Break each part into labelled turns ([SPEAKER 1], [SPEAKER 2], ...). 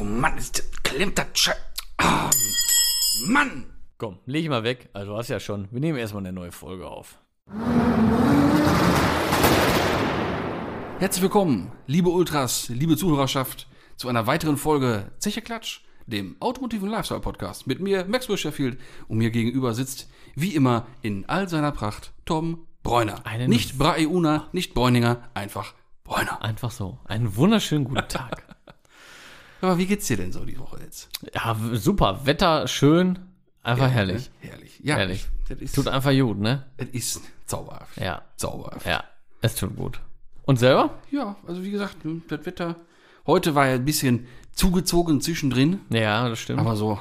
[SPEAKER 1] Oh Mann, ist das, klemmt das Sche Ah, Mann!
[SPEAKER 2] Komm, leg ich mal weg. Also, du hast ja schon. Wir nehmen erstmal eine neue Folge auf.
[SPEAKER 1] Herzlich willkommen, liebe Ultras, liebe Zuhörerschaft, zu einer weiteren Folge Zeche Klatsch, dem automotiven Lifestyle Podcast. Mit mir, Maxwell Sheffield, und mir gegenüber sitzt, wie immer, in all seiner Pracht, Tom Bräuner.
[SPEAKER 2] Einen-
[SPEAKER 1] nicht Braeuna, nicht Bräuninger, einfach Bräuner.
[SPEAKER 2] Einfach so. Einen wunderschönen guten Tag.
[SPEAKER 1] Aber wie geht's dir denn so die Woche jetzt?
[SPEAKER 2] ja, w- super. Wetter schön. Einfach herrlich.
[SPEAKER 1] Herrlich. Ja,
[SPEAKER 2] Herrlich.
[SPEAKER 1] Das ist,
[SPEAKER 2] Tut einfach gut, ne?
[SPEAKER 1] das ist zauberhaft.
[SPEAKER 2] Ja.
[SPEAKER 1] Zauberhaft.
[SPEAKER 2] Ja. Es tut gut. Und selber?
[SPEAKER 1] Ja, also wie gesagt, ne, das Wetter heute war ja ein bisschen zugezogen zwischendrin,
[SPEAKER 2] Ja, das stimmt.
[SPEAKER 1] aber so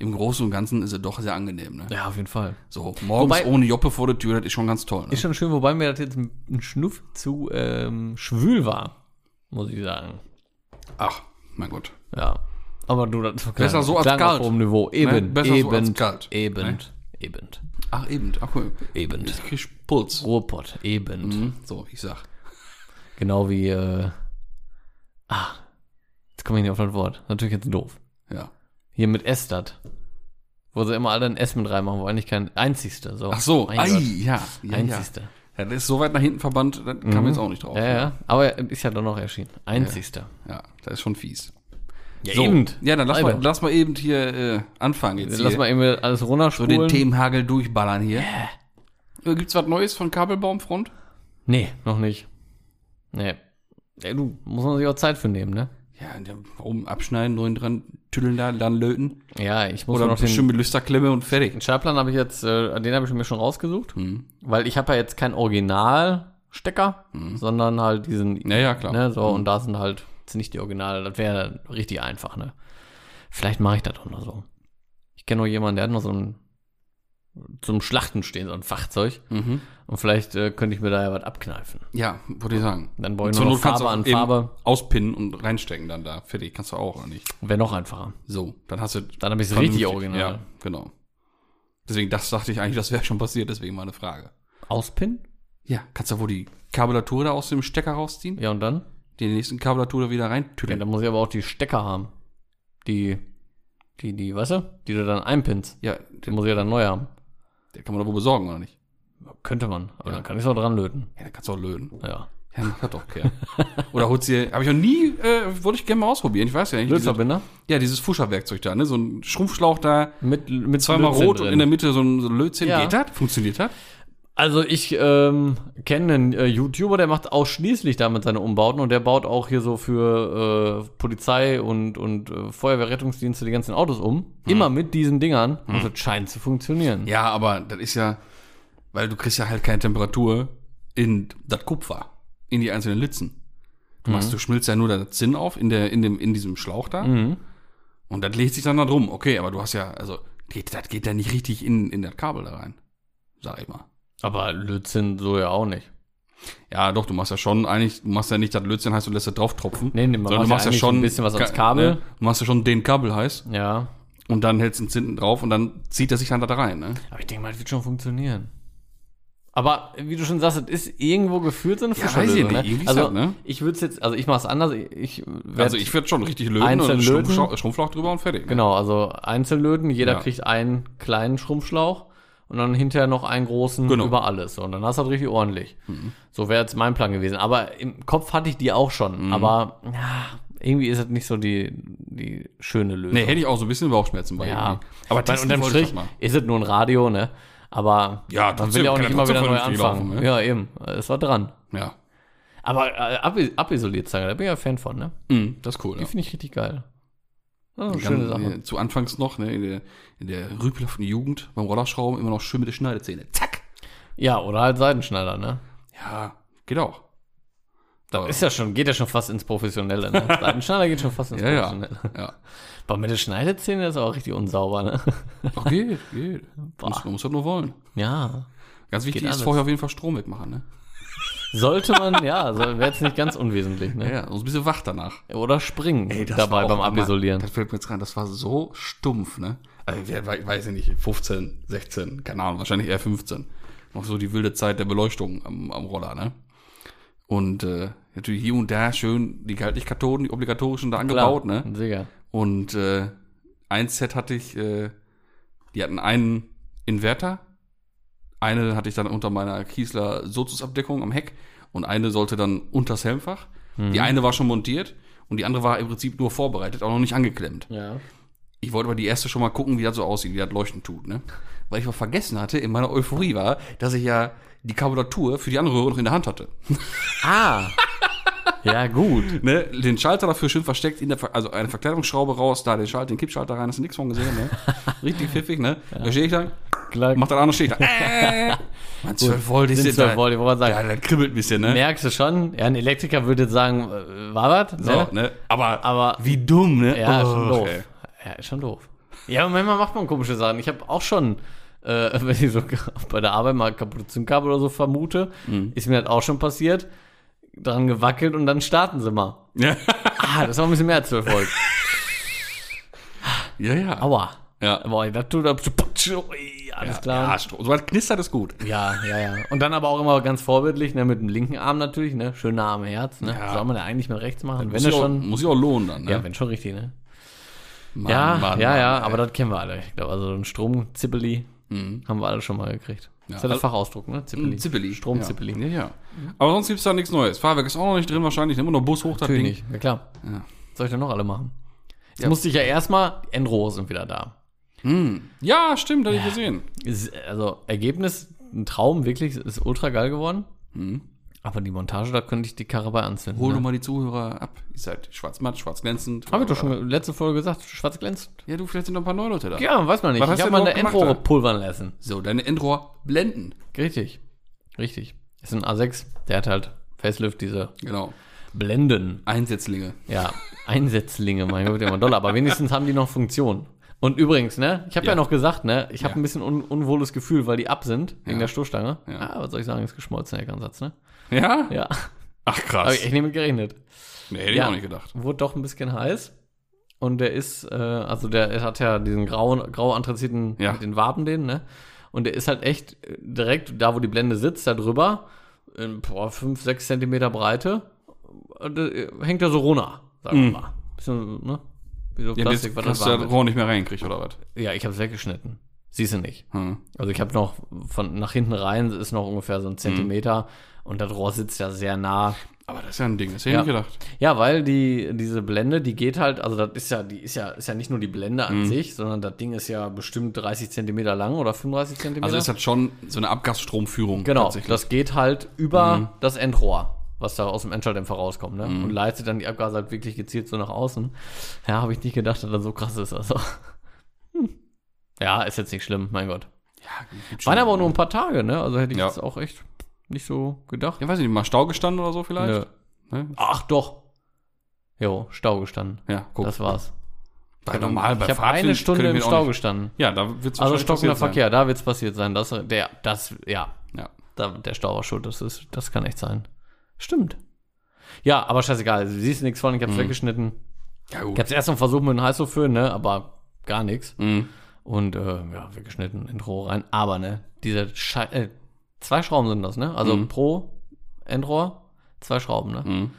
[SPEAKER 1] im Großen und Ganzen ist es doch sehr angenehm. Ne?
[SPEAKER 2] ja, auf jeden Fall.
[SPEAKER 1] So morgens
[SPEAKER 2] Wobei-
[SPEAKER 1] ohne Joppe vor der Tür, das ist schon ganz toll. Ne?
[SPEAKER 2] Ist schon schön, wobei mir das jetzt ein ein Schnuff zu ähm, schwül war, muss ich sagen.
[SPEAKER 1] Ach, mein Gott.
[SPEAKER 2] Ja. Aber du, das
[SPEAKER 1] Besser so als
[SPEAKER 2] klang auf
[SPEAKER 1] kalt. Ne?
[SPEAKER 2] hohem Niveau. Eben,
[SPEAKER 1] Besser so
[SPEAKER 2] eben,
[SPEAKER 1] als kalt.
[SPEAKER 2] eben,
[SPEAKER 1] Ne?
[SPEAKER 2] eben,
[SPEAKER 1] Ach, eben. Ach, cool.
[SPEAKER 2] eben.
[SPEAKER 1] Ich krieg Puls.
[SPEAKER 2] Ruhrpott, eben.
[SPEAKER 1] Mhm, So, ich sag.
[SPEAKER 2] Genau wie, äh, ah, jetzt komme ich nicht auf das Wort. Natürlich jetzt doof.
[SPEAKER 1] Ja.
[SPEAKER 2] Hier mit Estad. Wo sie immer alle ein S mit reinmachen, wo eigentlich kein einzigste. So.
[SPEAKER 1] Ach so,
[SPEAKER 2] Mein
[SPEAKER 1] ei,
[SPEAKER 2] Gott.
[SPEAKER 1] ja. ja, ja.
[SPEAKER 2] Einzigste.
[SPEAKER 1] ja. Das ist so weit nach hinten verbannt, da kam jetzt auch nicht drauf.
[SPEAKER 2] Mhm. Ja, ja, aber ist ja dann noch erschienen. Einzigste.
[SPEAKER 1] ja, das ist schon fies.
[SPEAKER 2] Ja,
[SPEAKER 1] So, ja dann lass mal,
[SPEAKER 2] Alter.
[SPEAKER 1] lass mal eben hier äh, anfangen jetzt.
[SPEAKER 2] Lass
[SPEAKER 1] hier.
[SPEAKER 2] mal eben alles
[SPEAKER 1] so
[SPEAKER 2] runterspulen.
[SPEAKER 1] den Themenhagel durchballern hier. Äh, Gibt's was Neues von Kabelbaumfront?
[SPEAKER 2] Nee, noch nicht. Nee. Ey, du, muss man sich auch Zeit für nehmen, ne?
[SPEAKER 1] Ja, der- warum abschneiden, neuen dran tüdeln da, dann löten
[SPEAKER 2] Ja, ich muss
[SPEAKER 1] oder
[SPEAKER 2] auch noch
[SPEAKER 1] noch schön
[SPEAKER 2] den,
[SPEAKER 1] mit Lüsterklemme und
[SPEAKER 2] den
[SPEAKER 1] fertig. Hm.
[SPEAKER 2] Sharplan habe ich jetzt, äh, den habe ich mir schon rausgesucht, weil ich habe ja jetzt keinen Originalstecker,
[SPEAKER 1] Mhm.
[SPEAKER 2] sondern halt diesen,
[SPEAKER 1] Naja, klar. Mhm.
[SPEAKER 2] ne, so und da sind halt sind nicht die Originale, das wäre richtig einfach, ne? Vielleicht mache ich das auch noch so. Ich kenne noch jemanden, der hat noch so ein zum Schlachten stehen, so ein Fachzeug
[SPEAKER 1] Mhm.
[SPEAKER 2] und vielleicht äh, könnte ich mir da ja was abkneifen.
[SPEAKER 1] Ja, würde ich sagen.
[SPEAKER 2] Dann brauche ich
[SPEAKER 1] Zur
[SPEAKER 2] nur noch
[SPEAKER 1] Not kannst
[SPEAKER 2] Farbe an
[SPEAKER 1] du auch eben
[SPEAKER 2] Farbe,
[SPEAKER 1] auspinnen und reinstecken dann da. Fertig, kannst du auch, oder nicht?
[SPEAKER 2] wäre noch einfacher.
[SPEAKER 1] So, dann hast du
[SPEAKER 2] Dann habe ich es
[SPEAKER 1] vernünftig-
[SPEAKER 2] richtig original.
[SPEAKER 1] Ja, genau. Deswegen, das dachte ich eigentlich, das wäre schon passiert, deswegen meine Frage.
[SPEAKER 2] Auspinnen?
[SPEAKER 1] Ja, kannst du wohl die Kabelatur da aus dem Stecker rausziehen,
[SPEAKER 2] Ja, und dann?
[SPEAKER 1] den nächsten Kabelatur da wieder
[SPEAKER 2] Ja,
[SPEAKER 1] reintüdeln.
[SPEAKER 2] dann muss ich aber auch die Stecker haben. Die, die, die, weißt du? Die du dann einpinnst.
[SPEAKER 1] Ja,
[SPEAKER 2] Die
[SPEAKER 1] den,
[SPEAKER 2] muss ich ja dann neu haben.
[SPEAKER 1] den kann man doch wohl besorgen, oder nicht?
[SPEAKER 2] Könnte man. Aber
[SPEAKER 1] Ja.
[SPEAKER 2] dann kann ich es auch dran löten.
[SPEAKER 1] Ja, dann kannst du auch löten.
[SPEAKER 2] Ja.
[SPEAKER 1] Ja, macht das doch, Kerl. Oder holst dir, habe ich noch nie, äh, wollte ich gerne mal ausprobieren, ich weiß ja nicht. Diese,
[SPEAKER 2] Lötverbinder?
[SPEAKER 1] ja, dieses Fuscherwerkzeug da, ne? So ein Schrumpfschlauch da,
[SPEAKER 2] Mit, mit
[SPEAKER 1] zweimal
[SPEAKER 2] Lötzinn
[SPEAKER 1] rot
[SPEAKER 2] drin.
[SPEAKER 1] und in der Mitte so ein, so ein Lötzinn.
[SPEAKER 2] Ja.
[SPEAKER 1] Geht das? Funktioniert das?
[SPEAKER 2] Also ich ähm, kenne einen äh, YouTuber, der macht ausschließlich damit seine Umbauten und der baut auch hier so für äh, Polizei und, und äh, Feuerwehrrettungsdienste die ganzen Autos um. Immer mit diesen Dingern. Und das scheint zu funktionieren.
[SPEAKER 1] Mhm. Ja, aber das ist ja, weil du kriegst ja halt keine Temperatur in das Kupfer, in die einzelnen Litzen. Du machst, du schmilzt ja nur das Zinn auf in, der, in, dem, in diesem Schlauch da und das legt sich dann da drum. Okay, aber du hast ja, also, geht, das geht ja nicht richtig in, in das Kabel da rein, sag ich mal.
[SPEAKER 2] Aber Lötzinn so ja auch nicht.
[SPEAKER 1] Ja, doch, du machst ja schon eigentlich, du machst ja nicht das Lötzinn heißt, du lässt das drauf tropfen.
[SPEAKER 2] Nee, nee, man
[SPEAKER 1] sondern du machst
[SPEAKER 2] macht ja
[SPEAKER 1] ja
[SPEAKER 2] eigentlich
[SPEAKER 1] schon
[SPEAKER 2] ein bisschen was ans
[SPEAKER 1] Ka-
[SPEAKER 2] Kabel.
[SPEAKER 1] ne? Du machst ja schon den Kabel heiß
[SPEAKER 2] Ja.
[SPEAKER 1] und dann hältst den Zinten drauf und dann zieht er sich dann da rein, ne?
[SPEAKER 2] Aber ich denke mal, das wird schon funktionieren. Aber wie du schon sagst, es ist irgendwo gefühlt so eine
[SPEAKER 1] Ja, weiß ich
[SPEAKER 2] Fischerlösung.
[SPEAKER 1] nicht. Irgendwie
[SPEAKER 2] ne?
[SPEAKER 1] ist
[SPEAKER 2] Also
[SPEAKER 1] das, ne?
[SPEAKER 2] ich würde es jetzt, also ich mache es anders. Ich werd,
[SPEAKER 1] Also ich würde schon richtig löten
[SPEAKER 2] Einzeln
[SPEAKER 1] und
[SPEAKER 2] löten.
[SPEAKER 1] Schrumpfschlauch, Schrumpfschlauch drüber und fertig. ne?
[SPEAKER 2] genau, also Einzellöten. Jeder
[SPEAKER 1] Ja.
[SPEAKER 2] kriegt einen kleinen Schrumpfschlauch und dann hinterher noch einen großen
[SPEAKER 1] Genau. Mhm.
[SPEAKER 2] über alles. Und dann hast du das richtig ordentlich. So wäre jetzt mein Plan gewesen. Aber im Kopf hatte ich die auch
[SPEAKER 1] Mhm.
[SPEAKER 2] schon. Aber ja, irgendwie ist es nicht so die, die schöne Lösung.
[SPEAKER 1] Nee, hätte ich auch so ein bisschen Bauchschmerzen bei
[SPEAKER 2] Ja.
[SPEAKER 1] irgendwie. Aber
[SPEAKER 2] Weil
[SPEAKER 1] testen
[SPEAKER 2] unterm
[SPEAKER 1] wollte ich
[SPEAKER 2] Strich
[SPEAKER 1] das mal.
[SPEAKER 2] ist es nur ein Radio, ne? Aber
[SPEAKER 1] Ja,
[SPEAKER 2] man
[SPEAKER 1] trotzdem
[SPEAKER 2] will ja auch
[SPEAKER 1] kann
[SPEAKER 2] nicht
[SPEAKER 1] ja
[SPEAKER 2] immer wieder
[SPEAKER 1] trotzdem
[SPEAKER 2] neu
[SPEAKER 1] vernünftig
[SPEAKER 2] anfangen. ne?
[SPEAKER 1] laufen, ne?
[SPEAKER 2] Ja, eben. Es war dran.
[SPEAKER 1] Ja,
[SPEAKER 2] Aber äh, ab, abisoliert zeigen, da bin ich ja Fan von, ne?
[SPEAKER 1] mhm, das ist cool. Ja.
[SPEAKER 2] Die finde ich richtig geil. Das ist eine
[SPEAKER 1] Die
[SPEAKER 2] schöne
[SPEAKER 1] ganzen,
[SPEAKER 2] Sache.
[SPEAKER 1] äh, Zu Anfangs noch, ne, in der, in der rüpelhaften Jugend, beim Rollerschrauben, immer noch schön mit der Schneidezähne. Zack!
[SPEAKER 2] Ja, oder halt Seidenschneider, ne?
[SPEAKER 1] Ja, geht auch. Da,
[SPEAKER 2] Ist ja schon, geht ja schon fast ins Professionelle, ne? Seidenschneider geht schon fast ins
[SPEAKER 1] ja, ja,
[SPEAKER 2] Professionelle.
[SPEAKER 1] ja.
[SPEAKER 2] Aber mit der Schneidezähne ist auch richtig unsauber, ne?
[SPEAKER 1] Doch, geht, geht. Muss, man muss das nur wollen.
[SPEAKER 2] Ja.
[SPEAKER 1] Ganz wichtig
[SPEAKER 2] Geht
[SPEAKER 1] ist
[SPEAKER 2] alles.
[SPEAKER 1] vorher auf jeden Fall Strom wegmachen, ne?
[SPEAKER 2] Sollte man, ja, so, wäre jetzt nicht ganz unwesentlich,
[SPEAKER 1] Ja,
[SPEAKER 2] ne?
[SPEAKER 1] ja, so ein bisschen wach danach.
[SPEAKER 2] Oder springen dabei
[SPEAKER 1] war
[SPEAKER 2] beim
[SPEAKER 1] auch einmal-
[SPEAKER 2] Abisolieren.
[SPEAKER 1] Das fällt mir jetzt rein, das war so stumpf, ne? Also, wer wei- weiß ich nicht, 15, 16, keine Ahnung, wahrscheinlich eher 15. Noch so die wilde Zeit der Beleuchtung am, am Roller, ne? Und äh, natürlich hier und da schön die Kaltlichkathoden, die obligatorischen da
[SPEAKER 2] Klar,
[SPEAKER 1] angebaut, ne?
[SPEAKER 2] Sicher.
[SPEAKER 1] Und äh, ein Set hatte ich, äh, die hatten einen Inverter, eine hatte ich dann unter meiner Kiesler Sozus-Abdeckung am Heck und eine sollte dann unters Helmfach. Die eine war schon montiert und die andere war im Prinzip nur vorbereitet, auch noch nicht angeklemmt.
[SPEAKER 2] Ja.
[SPEAKER 1] Ich wollte aber die erste schon mal gucken, wie das so aussieht, wie das leuchten tut, ne? Weil ich mal vergessen hatte, in meiner Euphorie war, dass ich ja die Kabulatur für die andere Röhre noch in der Hand hatte.
[SPEAKER 2] Ah. ja, gut.
[SPEAKER 1] Ne? Den Schalter dafür schön versteckt, in der Ver also eine Verkleidungsschraube raus, da den Schalter, den Kippschalter rein, hast du nichts von gesehen, ne? Richtig pfiffig, ne? Da stehe ich da,
[SPEAKER 2] Klar.
[SPEAKER 1] mach dann an und stehe ich da. Äh, mein 12 Volt ist
[SPEAKER 2] sind
[SPEAKER 1] jetzt
[SPEAKER 2] 12
[SPEAKER 1] da.
[SPEAKER 2] Volt, ich wollte gerade
[SPEAKER 1] Ja,
[SPEAKER 2] sagen.
[SPEAKER 1] da kribbelt ein bisschen, ne?
[SPEAKER 2] Merkst du schon? Ja, ein Elektriker würde jetzt sagen, äh, war was?
[SPEAKER 1] So,
[SPEAKER 2] ne?
[SPEAKER 1] ne? Aber,
[SPEAKER 2] Aber-
[SPEAKER 1] wie dumm, ne?
[SPEAKER 2] Ja, ist schon
[SPEAKER 1] Och,
[SPEAKER 2] doof.
[SPEAKER 1] ey.
[SPEAKER 2] Ja, ist schon doof. Ja, aber manchmal macht man komische Sachen. Ich habe auch schon, äh, wenn ich so bei der Arbeit mal kaputtes Zündkabel oder so vermute,
[SPEAKER 1] Mhm.
[SPEAKER 2] ist mir das auch schon passiert, dran gewackelt und dann starten sie mal.
[SPEAKER 1] Ja,
[SPEAKER 2] Ah, das war ein bisschen mehr als 12 Volt.
[SPEAKER 1] ja. ja.
[SPEAKER 2] Aua.
[SPEAKER 1] Ja.
[SPEAKER 2] Boah, das tut alles
[SPEAKER 1] ja,
[SPEAKER 2] klar.
[SPEAKER 1] Ja, Stro- sobald knistert ist gut.
[SPEAKER 2] Ja, ja, ja. Und dann aber auch immer ganz vorbildlich, ne, mit dem linken Arm natürlich, ne? Schöner Arm, Herz, ne?
[SPEAKER 1] Ja.
[SPEAKER 2] Soll man da eigentlich mal rechts machen? Wenn
[SPEAKER 1] muss,
[SPEAKER 2] er
[SPEAKER 1] ich auch,
[SPEAKER 2] schon.
[SPEAKER 1] muss ich auch lohnen dann, ne?
[SPEAKER 2] Ja, wenn schon richtig, ne?
[SPEAKER 1] Mann,
[SPEAKER 2] Ja,
[SPEAKER 1] Mann,
[SPEAKER 2] ja,
[SPEAKER 1] Mann,
[SPEAKER 2] ja,
[SPEAKER 1] ey. Mhm.
[SPEAKER 2] aber das kennen wir alle. Ich glaube, also ein Stromzippeli haben wir alle schon mal gekriegt. das ist ja der
[SPEAKER 1] also-
[SPEAKER 2] Fachausdruck, ne? Zippeli.
[SPEAKER 1] Zippeli.
[SPEAKER 2] Stromzippeli.
[SPEAKER 1] Ja. ja, ja. Aber sonst gibt's da nichts Neues. Fahrwerk ist auch noch nicht drin, wahrscheinlich. Immer noch Bus hoch, das
[SPEAKER 2] Natürlich
[SPEAKER 1] Ding.
[SPEAKER 2] nicht. Ja, klar.
[SPEAKER 1] Ja.
[SPEAKER 2] Was soll ich denn noch alle machen? Jetzt
[SPEAKER 1] Ja.
[SPEAKER 2] musste ich ja erstmal, Endrohre sind wieder da.
[SPEAKER 1] Hm. Ja, stimmt, habe ich gesehen.
[SPEAKER 2] Ist, also, Ergebnis, ein Traum, wirklich, ist ultra geil geworden. Aber die Montage, da könnte ich die Karre bei anzünden.
[SPEAKER 1] Mhm. Hol
[SPEAKER 2] ne?
[SPEAKER 1] doch mal die Zuhörer ab. Ihr seid schwarzmatt, schwarzglänzend.
[SPEAKER 2] Hab ich doch schon letzte Folge gesagt, schwarz glänzend.
[SPEAKER 1] Ja, du, vielleicht sind noch ein paar neue Leute da.
[SPEAKER 2] Ja, weiß man nicht.
[SPEAKER 1] Was hast
[SPEAKER 2] ich habe
[SPEAKER 1] du
[SPEAKER 2] mal
[SPEAKER 1] denn
[SPEAKER 2] eine
[SPEAKER 1] überhaupt gemacht,
[SPEAKER 2] Endrohre
[SPEAKER 1] da?
[SPEAKER 2] pulvern lassen.
[SPEAKER 1] So, deine Endrohr blenden.
[SPEAKER 2] Richtig. Richtig. Ist ein A6, der hat halt Facelift, diese
[SPEAKER 1] Genau.
[SPEAKER 2] Blenden.
[SPEAKER 1] Einsetzlinge.
[SPEAKER 2] Ja, Einsetzlinge, mein Gott, wird ja immer doller. Aber wenigstens haben die noch Funktion. Und übrigens, ne, ich habe ja.
[SPEAKER 1] Ja.
[SPEAKER 2] noch gesagt, ne, ich habe
[SPEAKER 1] Ja.
[SPEAKER 2] ein bisschen un unwohles Gefühl, weil die ab sind wegen
[SPEAKER 1] Ja.
[SPEAKER 2] der Stoßstange.
[SPEAKER 1] Ja.
[SPEAKER 2] Ah, was soll ich sagen, ist geschmolzen, der Kernsatz, ne?
[SPEAKER 1] Ja?
[SPEAKER 2] Ja,
[SPEAKER 1] Ach, krass.
[SPEAKER 2] habe ich echt nicht mit gerechnet.
[SPEAKER 1] Nee, hätte ich
[SPEAKER 2] Ja.
[SPEAKER 1] auch nicht gedacht.
[SPEAKER 2] Wurde doch ein bisschen heiß. Und der ist, äh, also der, er hat ja diesen grauen, grau anthraziten,
[SPEAKER 1] Ja.
[SPEAKER 2] mit den Waben, den, ne? Und der ist halt echt äh, direkt da, wo die Blende sitzt, da drüber, in, boah, 5, 6 Zentimeter Breite, äh, da, äh, hängt da so runter, sagen wir mal. Bisschen, ne? Wie so
[SPEAKER 1] Mhm. Ja,
[SPEAKER 2] Plastik,
[SPEAKER 1] jetzt
[SPEAKER 2] was
[SPEAKER 1] hast
[SPEAKER 2] das
[SPEAKER 1] du das
[SPEAKER 2] warm
[SPEAKER 1] Rohr nicht mehr reingekriegt, oder was?
[SPEAKER 2] ist. Ja, ich hab's weggeschnitten. Siehst du nicht.
[SPEAKER 1] Hm.
[SPEAKER 2] Also ich habe noch von nach hinten rein ist noch ungefähr
[SPEAKER 1] Mhm.
[SPEAKER 2] so ein Zentimeter und das Rohr sitzt ja sehr nah.
[SPEAKER 1] Aber das ist ja ein Ding, das hätte ich
[SPEAKER 2] Ja.
[SPEAKER 1] nicht gedacht.
[SPEAKER 2] Ja, weil die, diese Blende, die geht halt, also das ist ja, die ist ja, ist ja nicht nur die Blende
[SPEAKER 1] Mhm.
[SPEAKER 2] an sich, sondern das Ding ist ja bestimmt 30 Zentimeter lang oder 35 Zentimeter.
[SPEAKER 1] Also ist das schon so eine Abgasstromführung.
[SPEAKER 2] genau,
[SPEAKER 1] tatsächlich. Mhm.
[SPEAKER 2] das geht halt über das Endrohr, was da aus dem Endschalldämpfer rauskommt, ne? Und leitet dann die Abgase halt wirklich gezielt so nach außen. Ja, habe ich nicht gedacht, dass das so krass ist. Also. Hm. Ja, ist jetzt nicht schlimm, mein Gott.
[SPEAKER 1] Ja, gibt schon-
[SPEAKER 2] Waren aber auch nur ein paar Tage, ne? Also hätte ich
[SPEAKER 1] Ja.
[SPEAKER 2] jetzt auch echt nicht so gedacht.
[SPEAKER 1] Ja, weiß ich nicht, mal Stau gestanden oder so vielleicht?
[SPEAKER 2] Nö.
[SPEAKER 1] Ne?
[SPEAKER 2] Ach doch. Jo, Stau gestanden.
[SPEAKER 1] Ja, guck.
[SPEAKER 2] Das war's.
[SPEAKER 1] Bei normal, bei
[SPEAKER 2] ich habe
[SPEAKER 1] Fahrtwind
[SPEAKER 2] eine Stunde
[SPEAKER 1] können wir
[SPEAKER 2] im
[SPEAKER 1] auch
[SPEAKER 2] Stau
[SPEAKER 1] nicht-
[SPEAKER 2] gestanden.
[SPEAKER 1] Ja, da wird es
[SPEAKER 2] Also stockender Verkehr, da wird's passiert sein. Das, der, das, ja,
[SPEAKER 1] Ja.
[SPEAKER 2] da, der Stau war schuld. Das, ist, das kann echt sein. Stimmt. Ja, aber scheißegal. Also, du siehst nichts von, ich
[SPEAKER 1] Mhm.
[SPEAKER 2] hab's weggeschnitten.
[SPEAKER 1] ja,
[SPEAKER 2] Ich
[SPEAKER 1] gut.
[SPEAKER 2] hab's erst noch versucht mit einem Heißluft füllen, ne, aber gar nichts.
[SPEAKER 1] Mhm.
[SPEAKER 2] Und, äh, ja, weggeschnitten, Endrohr rein. Aber, ne, diese Schei äh, zwei Schrauben sind das, ne? Also pro Endrohr, zwei Schrauben, ne?
[SPEAKER 1] Mhm.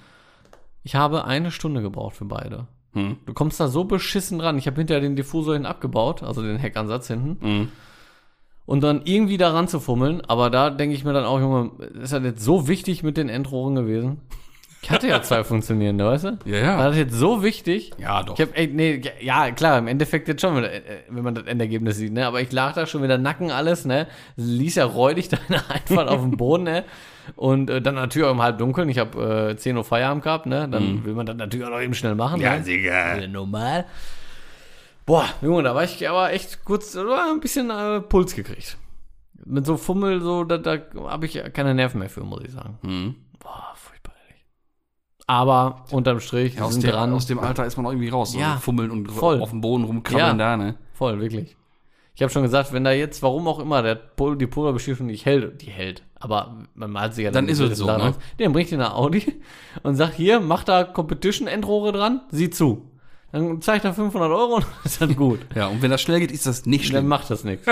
[SPEAKER 2] Ich habe eine Stunde gebraucht für beide.
[SPEAKER 1] Mhm.
[SPEAKER 2] Du kommst da so beschissen ran. Ich habe hinterher den Diffusor hin abgebaut, also den Heckansatz hinten.
[SPEAKER 1] Mhm.
[SPEAKER 2] Und dann irgendwie da ranzufummeln. Aber da denke ich mir dann auch, Junge, ist das jetzt so wichtig mit den Endrohren gewesen? Ich hatte ja zwei funktionierende, weißt du?
[SPEAKER 1] Ja,
[SPEAKER 2] War
[SPEAKER 1] ja.
[SPEAKER 2] das jetzt so wichtig?
[SPEAKER 1] Ja, doch.
[SPEAKER 2] Ich hab, ey, nee, ja, klar, im Endeffekt jetzt schon, wenn, äh, wenn man das Endergebnis sieht, ne? Aber ich lag da schon wieder Nacken alles, ne? Ließ ja räudig deine Einfahrt auf dem Boden, ne? Und äh, dann natürlich auch im Halbdunkeln. Ich habe äh, 10 Uhr Feierabend gehabt, ne?
[SPEAKER 1] Mhm.
[SPEAKER 2] Dann will man das natürlich auch noch eben schnell machen. ne?
[SPEAKER 1] Digga.
[SPEAKER 2] Äh, normal. Boah, Junge, da war ich aber echt kurz, äh, ein bisschen äh, Puls gekriegt. Mit so Fummel, so, da, da habe ich keine Nerven mehr für, muss ich sagen.
[SPEAKER 1] Mhm.
[SPEAKER 2] Boah, furchtbar ehrlich. Aber unterm Strich, wir
[SPEAKER 1] Ja, aus,
[SPEAKER 2] sind
[SPEAKER 1] der,
[SPEAKER 2] dran.
[SPEAKER 1] aus dem Alter ist man auch irgendwie raus. so
[SPEAKER 2] Ja,
[SPEAKER 1] fummeln und
[SPEAKER 2] voll.
[SPEAKER 1] auf dem Boden rumkrabbeln da,
[SPEAKER 2] Ja.
[SPEAKER 1] ne?
[SPEAKER 2] Voll, wirklich. Ich habe schon gesagt, wenn da jetzt, warum auch immer, der Pol, die Polarbeschichtung nicht hält, die hält. Aber man malt sie ja
[SPEAKER 1] Dann ist es so, ne?
[SPEAKER 2] Nee, dann bringt ihr nach Audi und sagt, hier, mach da Competition-Endrohre dran, sieh zu. Dann zeigt er 500 Euro und ist dann gut.
[SPEAKER 1] Ja, und wenn das schnell geht, ist das nicht
[SPEAKER 2] dann
[SPEAKER 1] schlimm. Äh,
[SPEAKER 2] macht das nichts.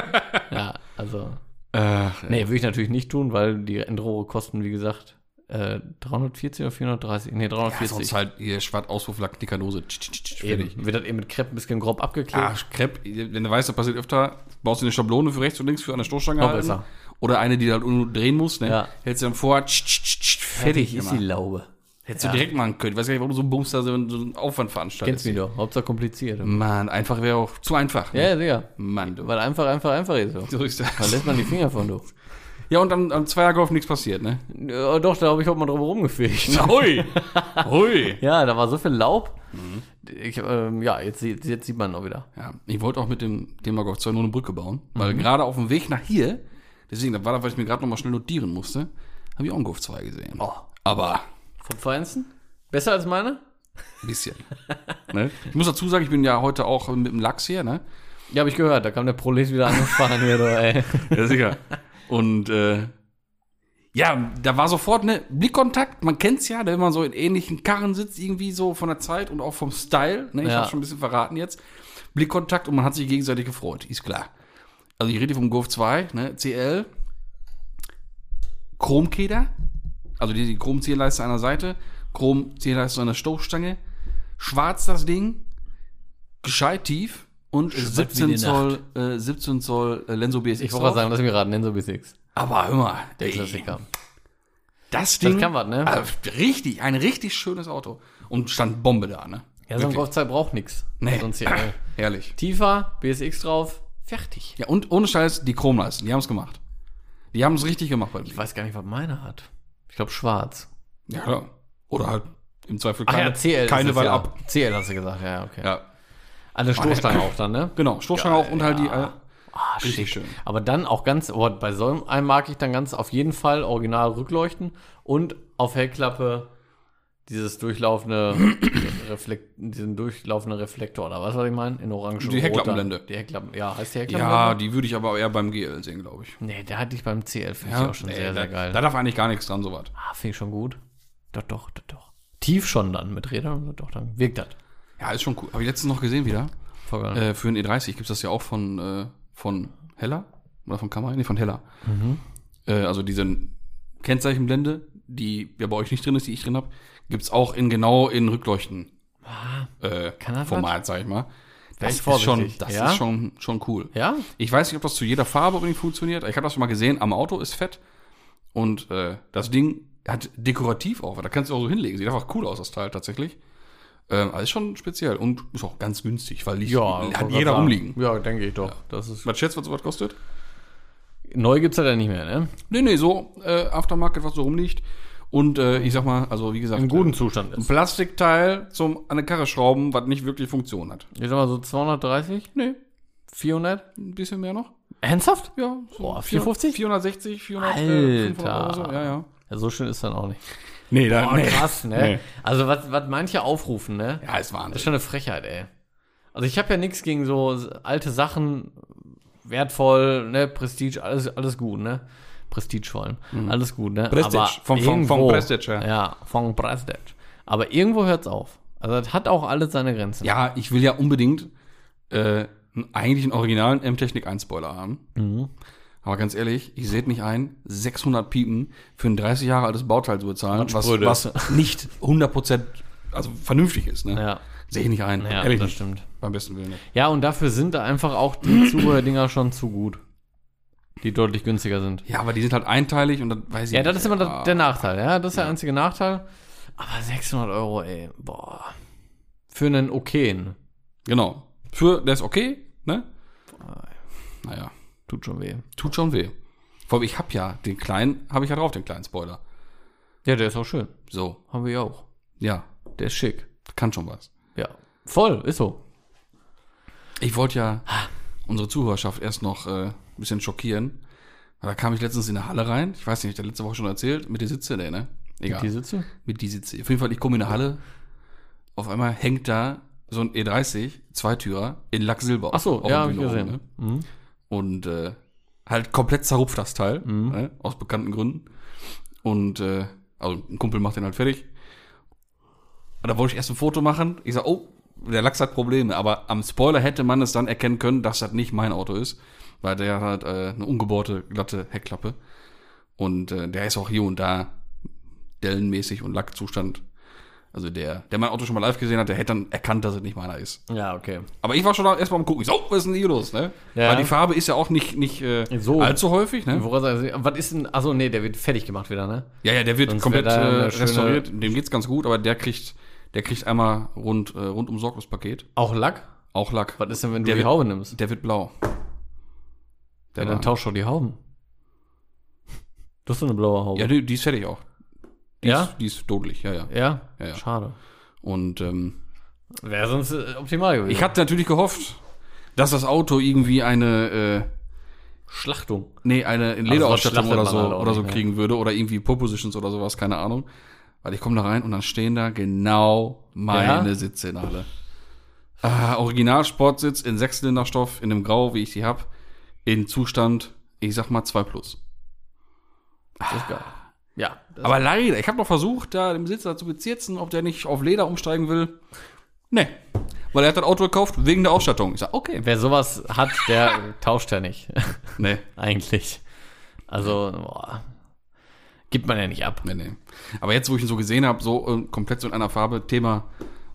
[SPEAKER 2] Ja, also.
[SPEAKER 1] Ach, ey.
[SPEAKER 2] Nee, würde ich natürlich nicht tun, weil die Endrohre kosten, wie gesagt, Äh, 340 oder 430? Nee,
[SPEAKER 1] Ja, sonst
[SPEAKER 2] 340.
[SPEAKER 1] halt hier schwarz Auspufflack, Knickerdose. tsch, tsch, tsch, Fertig.
[SPEAKER 2] Eben. Wird das eben mit Krepp ein bisschen grob abgeklebt.
[SPEAKER 1] Ah, Crepe, wenn du weißt, das passiert öfter, baust du eine Schablone für rechts und links für an der Stoßstange
[SPEAKER 2] Noch
[SPEAKER 1] halten.
[SPEAKER 2] besser.
[SPEAKER 1] Oder eine, die du halt nur drehen musst, ne?
[SPEAKER 2] Ja.
[SPEAKER 1] Hältst du dann vor, tsch, tsch, tsch, tsch, fertig
[SPEAKER 2] ist
[SPEAKER 1] immer.
[SPEAKER 2] die Laube.
[SPEAKER 1] Hättest du direkt machen können. Ich weiß gar nicht, warum du so einen Bums da so einen so einen Aufwand veranstaltest.
[SPEAKER 2] Kennst mich doch. Hauptsache kompliziert.
[SPEAKER 1] Mann, einfach wäre auch zu einfach.
[SPEAKER 2] Ja,
[SPEAKER 1] ne?
[SPEAKER 2] ja, sicher.
[SPEAKER 1] Mann, du.
[SPEAKER 2] Weil einfach, einfach, einfach ist so.
[SPEAKER 1] So ist
[SPEAKER 2] Da
[SPEAKER 1] das.
[SPEAKER 2] lässt man die Finger von, du.
[SPEAKER 1] Ja, und am, am Zweiergolf nichts passiert, ne?
[SPEAKER 2] Ja, doch, da habe ich auch mal drüber rumgefegt.
[SPEAKER 1] Hui! Hui!
[SPEAKER 2] Ja, da war so viel Laub. Ich, ähm, ja, jetzt, sieht- jetzt sieht man auch wieder.
[SPEAKER 1] Ja, ich wollte auch mit dem Thema Golf 2 nur eine Brücke bauen, weil gerade auf dem Weg nach hier, deswegen, da war das, weil ich mir gerade nochmal schnell notieren musste, habe ich auch einen Golf 2 gesehen.
[SPEAKER 2] Oh.
[SPEAKER 1] Aber
[SPEAKER 2] Vom Feinsten? Besser als meine?
[SPEAKER 1] ein bisschen. ne? Ich muss dazu sagen, ich bin ja heute auch mit dem Lachs hier, ne?
[SPEAKER 2] Ja, habe ich gehört. Da kam der Prolet wieder angefahren hier, du, ey.
[SPEAKER 1] Ja, sicher. Und äh, ja, da war sofort ne Blickkontakt. Man kennt's ja, wenn man so in ähnlichen Karren sitzt, irgendwie so von der Zeit und auch vom Style. Ne? Ich
[SPEAKER 2] Ja.
[SPEAKER 1] hab's schon ein bisschen verraten jetzt. Blickkontakt und man hat sich gegenseitig gefreut, ist klar. Also ich rede hier vom Golf 2, ne? CL. Chromkeder. Also die, die Chrom-Zierleiste an der Seite, Chrom-Zierleiste an der Stoßstange. Schwarz das Ding, gescheit tief und
[SPEAKER 2] Schwarz wie
[SPEAKER 1] 17
[SPEAKER 2] die
[SPEAKER 1] Zoll, äh, 17 Zoll äh, Lenso BSX.
[SPEAKER 2] Ich wollte
[SPEAKER 1] drauf.
[SPEAKER 2] gerade sagen, lass mich raten, Nenso B6.
[SPEAKER 1] Aber hör mal,
[SPEAKER 2] Der
[SPEAKER 1] ey,
[SPEAKER 2] Klassiker.
[SPEAKER 1] das Ding.
[SPEAKER 2] Das kann was, ne?
[SPEAKER 1] also, richtig, ein richtig schönes Auto. Und stand Bombe da, ne?
[SPEAKER 2] Ja, so ein
[SPEAKER 1] Wirklich.
[SPEAKER 2] Golf 2 braucht nichts.
[SPEAKER 1] Nee.
[SPEAKER 2] Sonst hier, ey.
[SPEAKER 1] Herrlich.
[SPEAKER 2] Tiefer, BSX drauf, fertig.
[SPEAKER 1] Ja, und ohne Scheiß, die Chromleisten, die haben es gemacht. Die haben es richtig gemacht bei
[SPEAKER 2] Ich
[SPEAKER 1] mir.
[SPEAKER 2] weiß gar nicht, was meine hat. Ich glaube, schwarz.
[SPEAKER 1] Ja, klar. Oder halt im Zweifel
[SPEAKER 2] Ach
[SPEAKER 1] keine,
[SPEAKER 2] ja, CL.
[SPEAKER 1] keine
[SPEAKER 2] ist es
[SPEAKER 1] weil
[SPEAKER 2] ja.
[SPEAKER 1] ab.
[SPEAKER 2] CL hast du gesagt, ja, okay.
[SPEAKER 1] Ja,
[SPEAKER 2] Alle Stoßstangen auch dann, ne?
[SPEAKER 1] genau. Stoßstange
[SPEAKER 2] Geil,
[SPEAKER 1] auch und halt die.
[SPEAKER 2] ja.
[SPEAKER 1] Äh,
[SPEAKER 2] Ah,
[SPEAKER 1] Richtig
[SPEAKER 2] schick.
[SPEAKER 1] schön.
[SPEAKER 2] Aber dann auch ganz, oh, bei so einem mag ich dann ganz auf jeden Fall original rückleuchten und auf Hellklappe dieses durchlaufende Reflekt, diesen durchlaufende Reflektor oder was, was ich meine? In orange und
[SPEAKER 1] Die
[SPEAKER 2] rot dann.
[SPEAKER 1] Heckklappenblende.
[SPEAKER 2] Die Heckklappen, ja, heißt die
[SPEAKER 1] ja,
[SPEAKER 2] Heckklappenblende?
[SPEAKER 1] die würde ich aber eher beim GL sehen, glaube ich.
[SPEAKER 2] Nee, der hatte ich beim CL, finde ich auch schon
[SPEAKER 1] ey,
[SPEAKER 2] sehr,
[SPEAKER 1] da,
[SPEAKER 2] sehr geil.
[SPEAKER 1] Da darf eigentlich gar nichts dran, sowas.
[SPEAKER 2] ah, finde ich schon gut. Doch, doch, doch, doch. Tief schon dann mit Rädern, doch, dann wirkt das.
[SPEAKER 1] Ja, ist schon cool. Habe ich letztens noch gesehen wieder.
[SPEAKER 2] Voll geil.
[SPEAKER 1] Äh, für einen E30 gibt es das ja auch von, äh, von Heller oder von Kamera? Nee, von Heller.
[SPEAKER 2] Mhm.
[SPEAKER 1] Äh, also diese Kennzeichenblende, die ja bei euch nicht drin ist, die ich drin habe, gibt es auch in genau in Rückleuchten äh,
[SPEAKER 2] Ah. Kann das
[SPEAKER 1] Format, sag ich mal. Das,
[SPEAKER 2] ich
[SPEAKER 1] ist schon,
[SPEAKER 2] vorsichtig,
[SPEAKER 1] das
[SPEAKER 2] ja?
[SPEAKER 1] ist schon, schon cool.
[SPEAKER 2] ja?
[SPEAKER 1] Ich weiß nicht, ob das zu jeder Farbe unbedingt funktioniert. Ich habe das schon mal gesehen, am Auto ist fett. Und äh, das Ding hat dekorativ auch, da kannst du auch so hinlegen. Sieht einfach cool aus, das Teil tatsächlich. Ähm, also ist schon speziell und ist auch ganz günstig, weil liegt, hat
[SPEAKER 2] voll
[SPEAKER 1] jeder
[SPEAKER 2] klar.
[SPEAKER 1] rumliegen.
[SPEAKER 2] Ja, denke ich doch. Das ist
[SPEAKER 1] Was schätzt, was sowas kostet?
[SPEAKER 2] Neu gibt's halt ja nicht mehr, ne?
[SPEAKER 1] Nee, nee, so äh, Aftermarket, was so rumliegt. Und äh, ich sag mal, also wie gesagt,
[SPEAKER 2] Im guten Zustand
[SPEAKER 1] äh, ein
[SPEAKER 2] ist.
[SPEAKER 1] Plastikteil zum an eine Karre schrauben, was nicht wirklich Funktion hat.
[SPEAKER 2] Ich sag mal so 230,
[SPEAKER 1] Nee,
[SPEAKER 2] 400.
[SPEAKER 1] ein bisschen mehr noch.
[SPEAKER 2] Ernsthaft?
[SPEAKER 1] Ja, so
[SPEAKER 2] Boah, 450?
[SPEAKER 1] 460, 400,
[SPEAKER 2] Alter.
[SPEAKER 1] äh, 500 Euro so, ja, ja.
[SPEAKER 2] Ja, so schön ist dann auch nicht.
[SPEAKER 1] Nee, da,
[SPEAKER 2] Oh, krass, ne?
[SPEAKER 1] Nee.
[SPEAKER 2] Also was, was manche aufrufen, ne?
[SPEAKER 1] Ja, ist
[SPEAKER 2] Das ist
[SPEAKER 1] Wahnsinn.
[SPEAKER 2] schon eine Frechheit, ey. Also ich habe ja nichts gegen so alte Sachen, wertvoll, ne, Prestige, alles, alles gut, ne? Prestige vor allem. Alles gut, ne?
[SPEAKER 1] Mhm. Prestige.
[SPEAKER 2] Aber
[SPEAKER 1] Von- von- von
[SPEAKER 2] irgendwo-
[SPEAKER 1] Prestige, ja.
[SPEAKER 2] ja. von Prestige. Aber irgendwo hört's auf. Also das hat auch alles seine Grenzen.
[SPEAKER 1] Ja, ich will ja unbedingt äh, n- eigentlich einen originalen M-Technik 1 Spoiler haben.
[SPEAKER 2] Mhm.
[SPEAKER 1] Aber ganz ehrlich, ich seht nicht ein, 600 Piepen für ein 30 Jahre altes Bauteil zu bezahlen, was,
[SPEAKER 2] spröde
[SPEAKER 1] was nicht 100% also vernünftig ist. Ne?
[SPEAKER 2] Ja.
[SPEAKER 1] Sehe ich nicht ein.
[SPEAKER 2] Ja,
[SPEAKER 1] ehrlich
[SPEAKER 2] das
[SPEAKER 1] nicht.
[SPEAKER 2] stimmt.
[SPEAKER 1] Beim besten Willen nicht.
[SPEAKER 2] Ja, und dafür sind da einfach auch die Zubehördinger schon zu gut. Die deutlich günstiger sind.
[SPEAKER 1] Ja, aber die sind halt einteilig und dann weiß ich
[SPEAKER 2] Ja,
[SPEAKER 1] nicht.
[SPEAKER 2] das ist immer
[SPEAKER 1] Ah,
[SPEAKER 2] der, der Nachteil. Ja, das ist der einzige Nachteil. Aber 600 Euro, ey. Boah. Für einen okayen.
[SPEAKER 1] Genau. Für, der ist okay, ne?
[SPEAKER 2] Ah,
[SPEAKER 1] Naja,
[SPEAKER 2] Tut schon weh.
[SPEAKER 1] tut schon weh. Vor allem, ich hab ja den kleinen, habe ich ja drauf, den kleinen Spoiler.
[SPEAKER 2] Ja, der ist auch schön.
[SPEAKER 1] So,
[SPEAKER 2] Haben wir ja auch.
[SPEAKER 1] ja,
[SPEAKER 2] Der ist schick.
[SPEAKER 1] kann schon was.
[SPEAKER 2] Ja. Voll, ist so.
[SPEAKER 1] Ich wollte ja unsere Zuhörerschaft erst noch äh, ein bisschen schockieren. Da kam ich letztens in eine Halle rein. Ich weiß nicht, hab ich der letzte Woche schon erzählt. Mit der Sitze, nee, ne? Egal.
[SPEAKER 2] Die Sitze?
[SPEAKER 1] Mit die Sitze. Auf jeden Fall, ich komme in eine Halle. Auf einmal hängt da so ein E30, Zweitürer, in Lacksilber.
[SPEAKER 2] Ach so,
[SPEAKER 1] Auch in
[SPEAKER 2] ja, hab ich
[SPEAKER 1] Bühne ne? oben,
[SPEAKER 2] gesehen. Mhm.
[SPEAKER 1] Und äh, halt komplett zerrupft das Teil, ne? aus bekannten Gründen. Und äh, also ein Kumpel macht den halt fertig. Und da wollte ich erst ein Foto machen. Ich sag, oh, der Lachs hat Probleme. Aber am Spoiler hätte man es dann erkennen können, dass das nicht mein Auto ist. Weil der hat halt äh, eine ungebohrte, glatte Heckklappe. Und äh, der ist auch hier und da dellenmäßig und Lackzustand. Also der, der mein Auto schon mal live gesehen hat, der hätte dann erkannt, dass es nicht meiner ist.
[SPEAKER 2] Ja, okay.
[SPEAKER 1] Aber ich war schon erstmal am gucken. Ich so, oh, was ist denn hier los, ne?
[SPEAKER 2] Ja.
[SPEAKER 1] Weil die Farbe ist ja auch nicht, nicht äh,
[SPEAKER 2] So.
[SPEAKER 1] allzu häufig, ne?
[SPEAKER 2] Woran sagst du, was ist denn, achso, nee, der wird fertig gemacht wieder, ne?
[SPEAKER 1] Ja, ja, der wird
[SPEAKER 2] Sonst
[SPEAKER 1] komplett äh,
[SPEAKER 2] wär da eine schöne-
[SPEAKER 1] restauriert. Dem geht's ganz gut, aber der kriegt, der kriegt einmal rund, äh, rund um Sorglospaket.
[SPEAKER 2] Auch Lack?
[SPEAKER 1] Auch Lack.
[SPEAKER 2] Was ist denn, wenn du
[SPEAKER 1] Der
[SPEAKER 2] die
[SPEAKER 1] wird-
[SPEAKER 2] Haube nimmst?
[SPEAKER 1] Der wird blau. Der
[SPEAKER 2] ja, dann
[SPEAKER 1] war-
[SPEAKER 2] tausch doch die Hauben. Du hast so eine blaue Haube.
[SPEAKER 1] ja, die, die ist fertig auch. Die
[SPEAKER 2] Ja?
[SPEAKER 1] Ist, die ist dodelig, ja, ja.
[SPEAKER 2] Ja?
[SPEAKER 1] Ja, ja.
[SPEAKER 2] Schade.
[SPEAKER 1] Und ähm,
[SPEAKER 2] Wäre sonst äh, optimal gewesen.
[SPEAKER 1] ich hatte natürlich gehofft, dass das Auto irgendwie eine, äh,
[SPEAKER 2] Schlachtung.
[SPEAKER 1] nee, eine
[SPEAKER 2] was
[SPEAKER 1] Lederausstattung
[SPEAKER 2] Also schlachtet
[SPEAKER 1] oder
[SPEAKER 2] man
[SPEAKER 1] so,
[SPEAKER 2] halt auch
[SPEAKER 1] oder so
[SPEAKER 2] nicht, ne?
[SPEAKER 1] kriegen würde oder irgendwie Popositions oder sowas, keine Ahnung. Weil ich komme da rein und dann stehen da genau meine
[SPEAKER 2] Ja?
[SPEAKER 1] Sitze in alle. Ah, Original-Sportsitz in Sechszylinderstoff, in dem Grau, wie ich sie hab, in Zustand, ich sag mal 2 plus.
[SPEAKER 2] Das ist geil. Ja. Ah, Das
[SPEAKER 1] Aber leider, ich habe noch versucht, da dem Besitzer zu bezirzen, ob der nicht auf Leder umsteigen will. Nee. Weil er hat das Auto gekauft wegen der Ausstattung. Ich sag, okay.
[SPEAKER 2] Wer sowas hat, der tauscht ja nicht.
[SPEAKER 1] Nee,
[SPEAKER 2] Eigentlich. Also, boah. Gibt man ja nicht ab.
[SPEAKER 1] nee, nee. Aber jetzt, wo ich ihn so gesehen habe, so ähm, komplett so in einer Farbe, Thema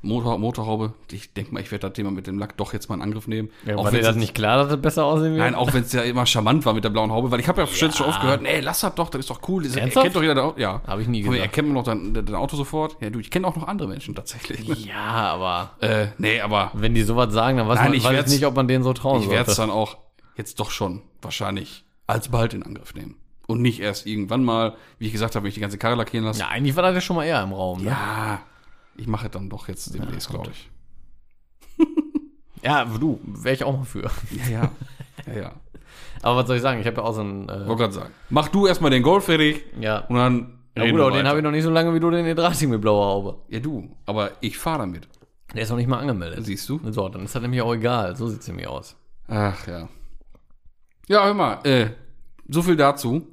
[SPEAKER 1] Motor, Motorhaube, ich denke mal, ich werde das Thema mit dem Lack doch jetzt mal in Angriff nehmen.
[SPEAKER 2] Ja,
[SPEAKER 1] auch
[SPEAKER 2] war dir
[SPEAKER 1] wenn's
[SPEAKER 2] das
[SPEAKER 1] jetzt-
[SPEAKER 2] nicht klar, dass das besser aussehen wird?
[SPEAKER 1] Nein, auch wenn es ja immer charmant war mit der blauen Haube, weil ich habe ja, ja schon oft gehört, nee, lass das doch, das ist doch cool. Das
[SPEAKER 2] Ernsthaft?
[SPEAKER 1] erkennt doch jeder dein Auto. Ja.
[SPEAKER 2] Hab ich nie
[SPEAKER 1] Von mir
[SPEAKER 2] gesagt.
[SPEAKER 1] Erkennt man doch dein, dein Auto sofort? Ja, du, ich kenne auch noch andere Menschen tatsächlich.
[SPEAKER 2] Ja, aber
[SPEAKER 1] Äh, nee, aber
[SPEAKER 2] wenn die sowas sagen, dann weiß,
[SPEAKER 1] Nein,
[SPEAKER 2] man,
[SPEAKER 1] ich
[SPEAKER 2] weiß
[SPEAKER 1] werd's-
[SPEAKER 2] ich nicht, ob man denen so trauen
[SPEAKER 1] Ich werde es
[SPEAKER 2] sollte.
[SPEAKER 1] dann auch jetzt doch schon wahrscheinlich alsbald in Angriff nehmen. Und nicht erst irgendwann mal, wie ich gesagt habe, wenn ich die ganze Karre lackieren lasse.
[SPEAKER 2] Ja, eigentlich war das ja schon mal eher im Raum. Ne?
[SPEAKER 1] Ja, ich mache dann doch jetzt demnächst, glaube ich.
[SPEAKER 2] Ja, du, wäre ich auch mal für.
[SPEAKER 1] Ja, ja. ja, ja.
[SPEAKER 2] Aber was soll ich sagen? Ich habe ja auch so einen. Äh,
[SPEAKER 1] Wollte gerade sagen. Mach du erstmal den Golf fertig
[SPEAKER 2] ja.
[SPEAKER 1] und dann.
[SPEAKER 2] ja, gut, aber den habe ich noch nicht so lange wie du den E30 mit blauer Haube.
[SPEAKER 1] Ja, du. Aber ich fahre damit.
[SPEAKER 2] Der ist noch nicht mal angemeldet.
[SPEAKER 1] Siehst du?
[SPEAKER 2] So, dann ist das nämlich auch egal. So sieht's nämlich aus.
[SPEAKER 1] Ach ja. Ja, hör mal. Äh, so viel dazu.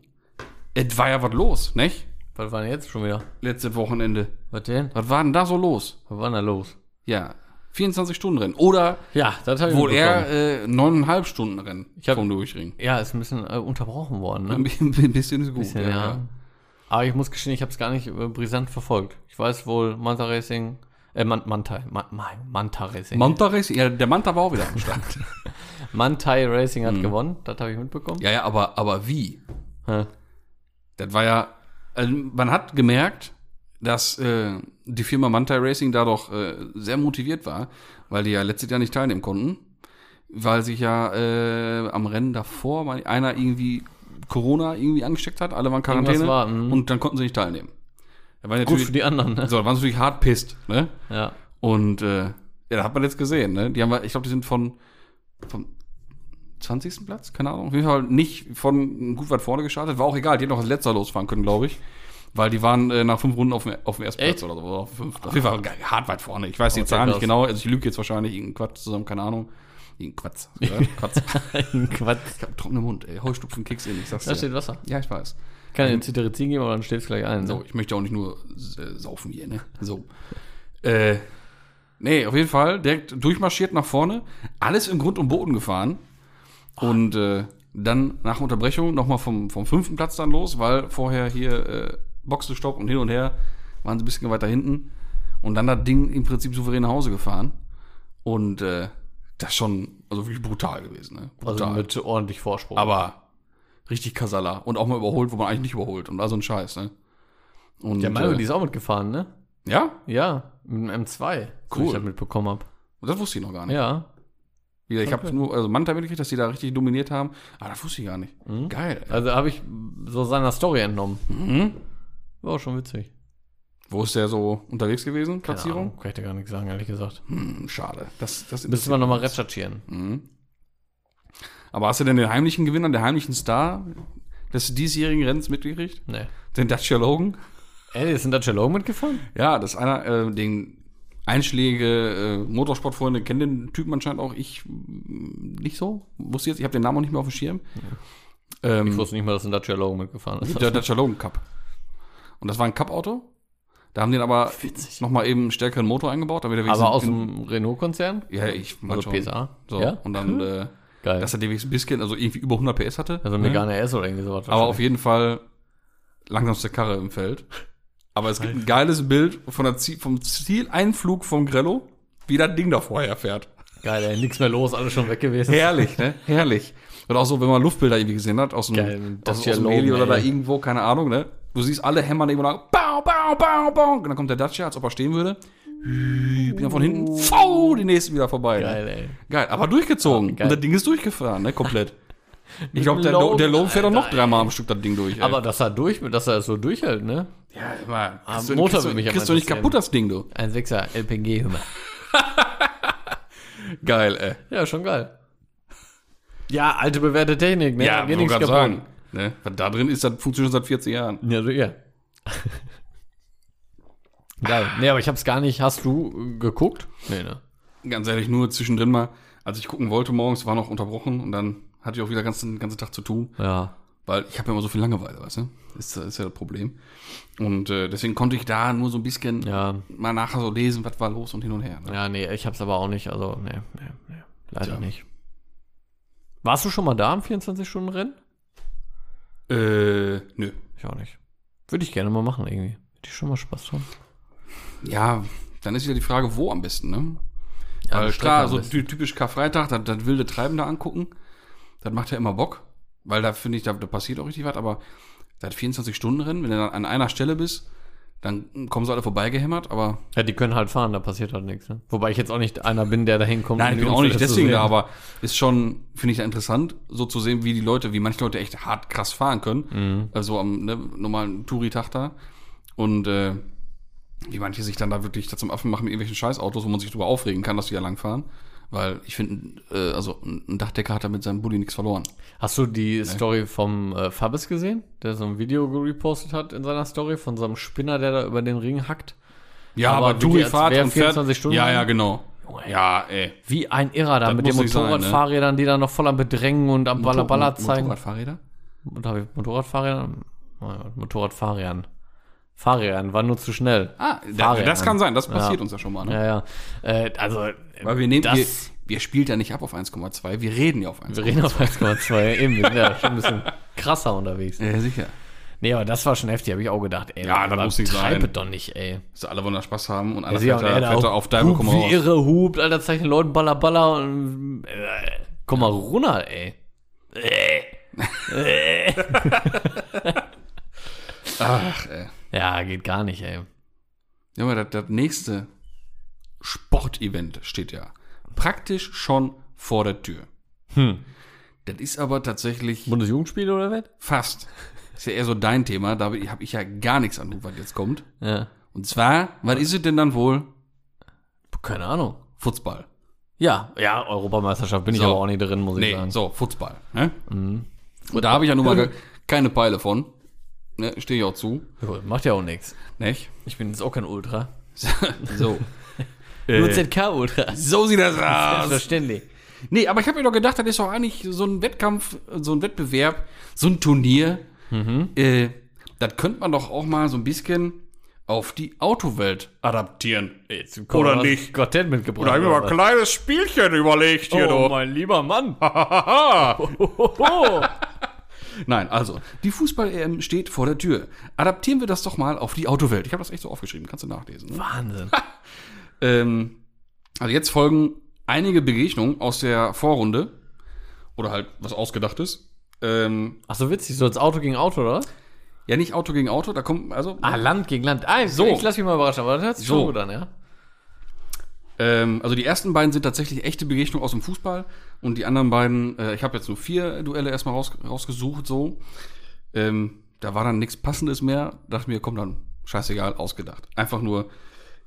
[SPEAKER 1] Es war ja was los, nicht?
[SPEAKER 2] Was war denn jetzt schon wieder?
[SPEAKER 1] Letztes Wochenende.
[SPEAKER 2] Was denn?
[SPEAKER 1] Was war denn da so los?
[SPEAKER 2] Was war denn da los?
[SPEAKER 1] Ja. 24-Stunden-Rennen. Oder
[SPEAKER 2] Ja, das habe ich
[SPEAKER 1] Wohl
[SPEAKER 2] mitbekommen.
[SPEAKER 1] eher äh, neuneinhalb Stunden Rennen
[SPEAKER 2] Ich hab-
[SPEAKER 1] vom Durchring.
[SPEAKER 2] Ja, ist ein bisschen äh, unterbrochen worden. Ne?
[SPEAKER 1] Ein bisschen ein bisschen ist gut.
[SPEAKER 2] Ja,
[SPEAKER 1] ja,
[SPEAKER 2] ja. Aber ich muss gestehen, ich habe es gar nicht äh, brisant verfolgt. Ich weiß wohl, Manta Racing, äh, Man Manta, Man Man Manta
[SPEAKER 1] ja.
[SPEAKER 2] Racing.
[SPEAKER 1] Manta Racing, ja, der Manta war auch wieder am Start.
[SPEAKER 2] Mantai Racing hat gewonnen, das habe ich mitbekommen. Äh,
[SPEAKER 1] ja, ja, aber, aber wie?
[SPEAKER 2] Hä?
[SPEAKER 1] Das war ja, also man hat gemerkt, dass äh, die Firma Manta Racing da doch äh, sehr motiviert war, weil die ja letztes Jahr nicht teilnehmen konnten, weil sich ja äh, am Rennen davor mal einer irgendwie Corona irgendwie angesteckt hat, alle waren Quarantäne
[SPEAKER 2] Irgendwas war, mhm.
[SPEAKER 1] und dann konnten sie nicht teilnehmen. Da waren
[SPEAKER 2] Gut
[SPEAKER 1] natürlich,
[SPEAKER 2] für die anderen, ne?
[SPEAKER 1] so, da waren sie natürlich hart pisst, ne?
[SPEAKER 2] Ja.
[SPEAKER 1] Und äh, ja, da hat man jetzt gesehen, ne? Die haben wir, ich glaube, die sind von vom 20. Platz, keine Ahnung. Auf jeden Fall nicht von gut weit vorne gestartet. War auch egal, die hätten noch als letzter losfahren können, glaube ich. Weil die waren äh, nach fünf Runden auf dem, auf dem ersten
[SPEAKER 2] Echt?
[SPEAKER 1] Platz oder so. Oder auf, fünf, auf jeden Fall ge- hart weit vorne. Ich weiß die
[SPEAKER 2] Okay,
[SPEAKER 1] Zahl
[SPEAKER 2] krass.
[SPEAKER 1] nicht genau. Also ich lüge jetzt wahrscheinlich irgendeinen Quatsch zusammen, keine Ahnung. Irgendeinen Quatsch. Ja, Quatsch.
[SPEAKER 2] Quatsch.
[SPEAKER 1] ich hab einen trockenen Mund, ey. Heustupfen kicks in, ich sag's
[SPEAKER 2] Da
[SPEAKER 1] dir.
[SPEAKER 2] steht Wasser.
[SPEAKER 1] Ja, ich weiß.
[SPEAKER 2] Ich kann dir ein Zitterizin geben, aber dann steht es gleich ein. ne?
[SPEAKER 1] So, ich möchte auch nicht nur äh, saufen hier, ne? So. äh, nee, auf jeden Fall direkt durchmarschiert nach vorne, alles im Grund und Boden gefahren und äh, dann nach Unterbrechung nochmal vom, vom fünften Platz dann los, weil vorher hier äh, Boxenstopp und hin und her waren sie ein bisschen weiter hinten und dann das Ding im Prinzip souverän nach Hause gefahren und äh, das ist schon, also wirklich brutal gewesen, ne? Brutal.
[SPEAKER 2] Also mit ordentlich Vorsprung.
[SPEAKER 1] aber richtig Kasala und auch mal überholt, wo man eigentlich nicht überholt und also ein Scheiß, ne? Und,
[SPEAKER 2] der Mario,
[SPEAKER 1] äh,
[SPEAKER 2] die ist auch mitgefahren, ne?
[SPEAKER 1] ja,
[SPEAKER 2] Ja, mit einem M2. so wie
[SPEAKER 1] Cool.
[SPEAKER 2] ich das mitbekommen hab.
[SPEAKER 1] Und das wusste ich noch gar nicht.
[SPEAKER 2] Ja.
[SPEAKER 1] Wie gesagt, Ich habe nur, also Manta mitgekriegt, dass die da richtig dominiert haben. Ah, das wusste ich gar nicht. Geil. ey.
[SPEAKER 2] Also habe ich so seiner Story entnommen.
[SPEAKER 1] Mhm.
[SPEAKER 2] War auch schon witzig.
[SPEAKER 1] Wo ist der so unterwegs gewesen?
[SPEAKER 2] Keine
[SPEAKER 1] Platzierung?
[SPEAKER 2] Ahnung, Kann ich dir gar nichts sagen, ehrlich gesagt.
[SPEAKER 1] Hm, schade. Das, das
[SPEAKER 2] Müssen wir nochmal recherchieren.
[SPEAKER 1] mhm. Aber hast du denn den heimlichen Gewinner, den heimlichen Star des diesjährigen Rennens mitgekriegt?
[SPEAKER 2] Nee.
[SPEAKER 1] Den Dacia Logan?
[SPEAKER 2] Ey, ist ein Dacia Logan mitgefahren?
[SPEAKER 1] Ja, das ist einer, äh, den einschlägige äh, Motorsportfreunde kennen den Typen anscheinend auch. Ich mh, nicht so. Wusste jetzt, ich habe den Namen auch nicht mehr auf dem Schirm. Ähm,
[SPEAKER 2] Ich wusste nicht mal, dass ein Dacia Logan mitgefahren ist.
[SPEAKER 1] Der Dacia Logan Cup. Und das war ein Cup-Auto. Da haben den aber
[SPEAKER 2] Witzig.
[SPEAKER 1] nochmal eben einen stärkeren Motor eingebaut. Damit er wenigstens-
[SPEAKER 2] Aber aus dem Renault-Konzern?
[SPEAKER 1] Ja, ich mein
[SPEAKER 2] Also
[SPEAKER 1] schon.
[SPEAKER 2] PSA?
[SPEAKER 1] So.
[SPEAKER 2] Ja?
[SPEAKER 1] Und dann, äh,
[SPEAKER 2] Geil.
[SPEAKER 1] dass er demnächst ein bisschen, also irgendwie über 100 PS hatte.
[SPEAKER 2] also ein
[SPEAKER 1] Ne?
[SPEAKER 2] Megane S oder irgendwie sowas.
[SPEAKER 1] Aber auf jeden Fall langsamste Karre im Feld. Aber es gibt ein geiles Bild von der Ziel, vom Zieleinflug von Grello, wie das Ding da vorher fährt.
[SPEAKER 2] Geil, ey, nichts mehr los, alles schon weg gewesen.
[SPEAKER 1] Herrlich, ne? Herrlich. Und auch so, wenn man Luftbilder irgendwie gesehen hat, aus dem,
[SPEAKER 2] Geil, das
[SPEAKER 1] aus, aus
[SPEAKER 2] hier
[SPEAKER 1] dem
[SPEAKER 2] loben,
[SPEAKER 1] Heli oder da
[SPEAKER 2] ey.
[SPEAKER 1] irgendwo, keine Ahnung, ne? Du siehst alle hämmern irgendwo nach, bau, bau, bau, bau. Und dann kommt der Dacia, als ob er stehen würde. Bin dann von hinten, pfau, die nächsten wieder vorbei. ne?
[SPEAKER 2] Geil, ey.
[SPEAKER 1] Geil, aber durchgezogen.
[SPEAKER 2] geil.
[SPEAKER 1] Und das Ding ist durchgefahren, ne? Komplett. ich glaube, der,
[SPEAKER 2] dem
[SPEAKER 1] Lo
[SPEAKER 2] Lob,
[SPEAKER 1] der Lob fährt doch noch
[SPEAKER 2] Alter,
[SPEAKER 1] dreimal am Stück das Ding durch. ey.
[SPEAKER 2] Aber dass er durch, dass er das so durchhält, ne?
[SPEAKER 1] ja, immer. Kriegst du,
[SPEAKER 2] Motor
[SPEAKER 1] kriegst du,
[SPEAKER 2] würde mich aber
[SPEAKER 1] kriegst du nicht
[SPEAKER 2] interessieren.
[SPEAKER 1] kaputt, das Ding, du.
[SPEAKER 2] 1,6er LPG, hör mal.
[SPEAKER 1] Geil, ey.
[SPEAKER 2] Ja, schon geil. Ja, alte bewährte Technik, ne?
[SPEAKER 1] Ja,
[SPEAKER 2] Geht
[SPEAKER 1] ja
[SPEAKER 2] nichts
[SPEAKER 1] gerade
[SPEAKER 2] kaputt.
[SPEAKER 1] sagen. Ne? Was da drin ist, das funktioniert schon seit 40 Jahren.
[SPEAKER 2] Ja, so, ja. geil. Nee, aber ich hab's gar nicht. Hast du äh, geguckt? Nee, ne?
[SPEAKER 1] Ganz ehrlich, nur zwischendrin mal, als ich gucken wollte morgens, war noch unterbrochen und dann hatte ich auch wieder den ganzen, den ganzen Tag zu tun,
[SPEAKER 2] Ja.
[SPEAKER 1] weil ich habe ja immer so viel Langeweile, weißt du? Ist, ist ja das Problem. Und äh, deswegen konnte ich da nur so ein bisschen
[SPEAKER 2] Ja.
[SPEAKER 1] mal nachher so lesen, was war los und hin und her. Ne?
[SPEAKER 2] Ja, nee, ich hab's aber auch nicht. Also, nee, nee, nee. Leider nicht. Warst du schon mal da im 24-Stunden-Rennen?
[SPEAKER 1] Äh, nö.
[SPEAKER 2] Ich auch nicht. Würde ich gerne mal machen, irgendwie. Hätte ich schon mal Spaß dran.
[SPEAKER 1] Ja, dann ist wieder die Frage, wo am besten, ne? Weil
[SPEAKER 2] Strecke
[SPEAKER 1] klar,
[SPEAKER 2] am
[SPEAKER 1] so
[SPEAKER 2] besten.
[SPEAKER 1] also ty- typisch Karfreitag, das, das wilde Treiben da angucken, das macht ja immer Bock, weil da finde ich, da, da passiert auch richtig was, aber das 24-Stunden-Rennen, wenn du dann an einer Stelle bist, dann kommen sie alle vorbeigehämmert, aber
[SPEAKER 2] Ja, die können halt fahren, da passiert halt nichts. Ne? Wobei ich jetzt auch nicht einer bin, der da hinkommt.
[SPEAKER 1] nein,
[SPEAKER 2] um
[SPEAKER 1] ich bin
[SPEAKER 2] die
[SPEAKER 1] auch nicht
[SPEAKER 2] Unfälle zu
[SPEAKER 1] deswegen
[SPEAKER 2] sehen.
[SPEAKER 1] da, aber ist schon, finde ich, interessant, so zu sehen, wie die Leute, wie manche Leute echt hart krass fahren können,
[SPEAKER 2] Mhm.
[SPEAKER 1] also am ne, normalen Touri-Tag da und äh, wie manche sich dann da wirklich da zum Affen machen mit irgendwelchen Scheißautos, wo man sich drüber aufregen kann, dass die da langfahren. Weil ich finde, äh, also ein ein Dachdecker hat da mit seinem Bulli nichts verloren.
[SPEAKER 2] Hast du die Story vom äh, Fabis gesehen, der so ein Video gepostet hat in seiner Story von so einem Spinner, der da über den Ring hackt?
[SPEAKER 1] Ja,
[SPEAKER 2] Aber
[SPEAKER 1] aber,
[SPEAKER 2] wie die
[SPEAKER 1] Touri
[SPEAKER 2] als
[SPEAKER 1] fahrt
[SPEAKER 2] wär
[SPEAKER 1] und fährt.
[SPEAKER 2] 24 Stunden
[SPEAKER 1] ja, ja,
[SPEAKER 2] lang.
[SPEAKER 1] genau. Ja, ey.
[SPEAKER 2] Wie ein Irrer da
[SPEAKER 1] Das
[SPEAKER 2] mit den
[SPEAKER 1] muss nicht sein, ne?
[SPEAKER 2] Motorradfahrrädern, die da noch voll am Bedrängen und am Baller Baller zeigen.
[SPEAKER 1] Motorradfahrräder?
[SPEAKER 2] Motor Motorradfahrrädern? Naja, Oh Motorradfahrrädern. Fahrrädern, war nur zu schnell.
[SPEAKER 1] Ah, da,
[SPEAKER 2] Fahrrädern.
[SPEAKER 1] das kann sein, das passiert
[SPEAKER 2] Ja.
[SPEAKER 1] uns ja schon mal. Ne?
[SPEAKER 2] Ja, ja. Äh, also, äh,
[SPEAKER 1] Weil wir nehmen, wir,
[SPEAKER 2] das,
[SPEAKER 1] wir spielen ja nicht ab auf 1,2, wir reden ja auf
[SPEAKER 2] wir
[SPEAKER 1] 1,2.
[SPEAKER 2] reden auf 1,2. ja, Eben, wir sind ja schon ein bisschen krasser unterwegs.
[SPEAKER 1] Ja, sicher.
[SPEAKER 2] Nee, aber das war schon heftig, habe ich auch gedacht, ey.
[SPEAKER 1] Ja, da
[SPEAKER 2] aber
[SPEAKER 1] muss nicht sein.
[SPEAKER 2] treibet doch nicht, ey.
[SPEAKER 1] Also alle wollen da Spaß haben und alle
[SPEAKER 2] Ja,
[SPEAKER 1] fährt
[SPEAKER 2] und er
[SPEAKER 1] da
[SPEAKER 2] da
[SPEAKER 1] fährt da
[SPEAKER 2] auch
[SPEAKER 1] auf Dime
[SPEAKER 2] hupt
[SPEAKER 1] kommen
[SPEAKER 2] wie
[SPEAKER 1] raus.
[SPEAKER 2] irre hupt, Alter, zeichnet Leuten Baller, Baller und äh, komm mal runter, ey.
[SPEAKER 1] Ach, ey.
[SPEAKER 2] Ja, geht gar nicht, ey.
[SPEAKER 1] Ja, aber das, das nächste Sportevent steht ja praktisch schon vor der Tür.
[SPEAKER 2] Hm.
[SPEAKER 1] Das ist aber tatsächlich
[SPEAKER 2] Bundesjugendspiele oder was?
[SPEAKER 1] fast. Ist ja eher so dein Thema, da habe ich ja gar nichts an, was jetzt kommt.
[SPEAKER 2] Ja.
[SPEAKER 1] Und zwar, was ist es denn dann wohl?
[SPEAKER 2] Keine Ahnung.
[SPEAKER 1] Fußball.
[SPEAKER 2] Ja, ja, Europameisterschaft bin ich
[SPEAKER 1] So.
[SPEAKER 2] aber auch nicht drin, muss ich
[SPEAKER 1] Nee,
[SPEAKER 2] sagen.
[SPEAKER 1] so, Fußball. Ne? Und da habe ich ja nun mal ge- keine Peile von. Ne? Stehe ich auch zu.
[SPEAKER 2] Gut, macht ja auch nichts.
[SPEAKER 1] Nicht?
[SPEAKER 2] Ich bin jetzt auch kein Ultra.
[SPEAKER 1] So.
[SPEAKER 2] Nur ZK-Ultra.
[SPEAKER 1] so sieht das aus.
[SPEAKER 2] Selbstverständlich.
[SPEAKER 1] Äh. Ah, Nee, aber ich habe mir doch gedacht, das ist doch eigentlich so ein Wettkampf, so ein Wettbewerb, so ein Turnier. Äh, das könnte man doch auch mal so ein bisschen auf die Autowelt adaptieren.
[SPEAKER 2] Jetzt
[SPEAKER 1] Oder
[SPEAKER 2] du hast
[SPEAKER 1] nicht.
[SPEAKER 2] Quartett mitgebracht.
[SPEAKER 1] Da habe ich mir mal ein
[SPEAKER 2] oder
[SPEAKER 1] kleines Spielchen überlegt hier.
[SPEAKER 2] was? Oh,
[SPEAKER 1] doch.
[SPEAKER 2] mein lieber Mann. Oh,
[SPEAKER 1] Nein, also, die Fußball-EM steht vor der Tür. Adaptieren wir das doch mal auf die Autowelt. Ich habe das echt so aufgeschrieben, kannst du nachlesen. Ne?
[SPEAKER 2] Wahnsinn.
[SPEAKER 1] Ähm, also jetzt folgen einige Begegnungen aus der Vorrunde. Oder halt was Ausgedachtes. Ähm,
[SPEAKER 2] Ach so, witzig. So als Auto gegen Auto, oder? was?
[SPEAKER 1] ja, nicht Auto gegen Auto, da kommt, also,
[SPEAKER 2] Ah, Land gegen Land. Ah, so. Ich lass mich mal überraschen, aber das hört sich
[SPEAKER 1] So.
[SPEAKER 2] schon gut an, ja.
[SPEAKER 1] ähm, also die ersten beiden sind tatsächlich echte Begegnungen aus dem Fußball und die anderen beiden, äh, ich habe jetzt nur vier Duelle erstmal raus, rausgesucht, so. Ähm, da war dann nichts Passendes mehr. Dachte mir, komm dann, scheißegal, ausgedacht. Einfach nur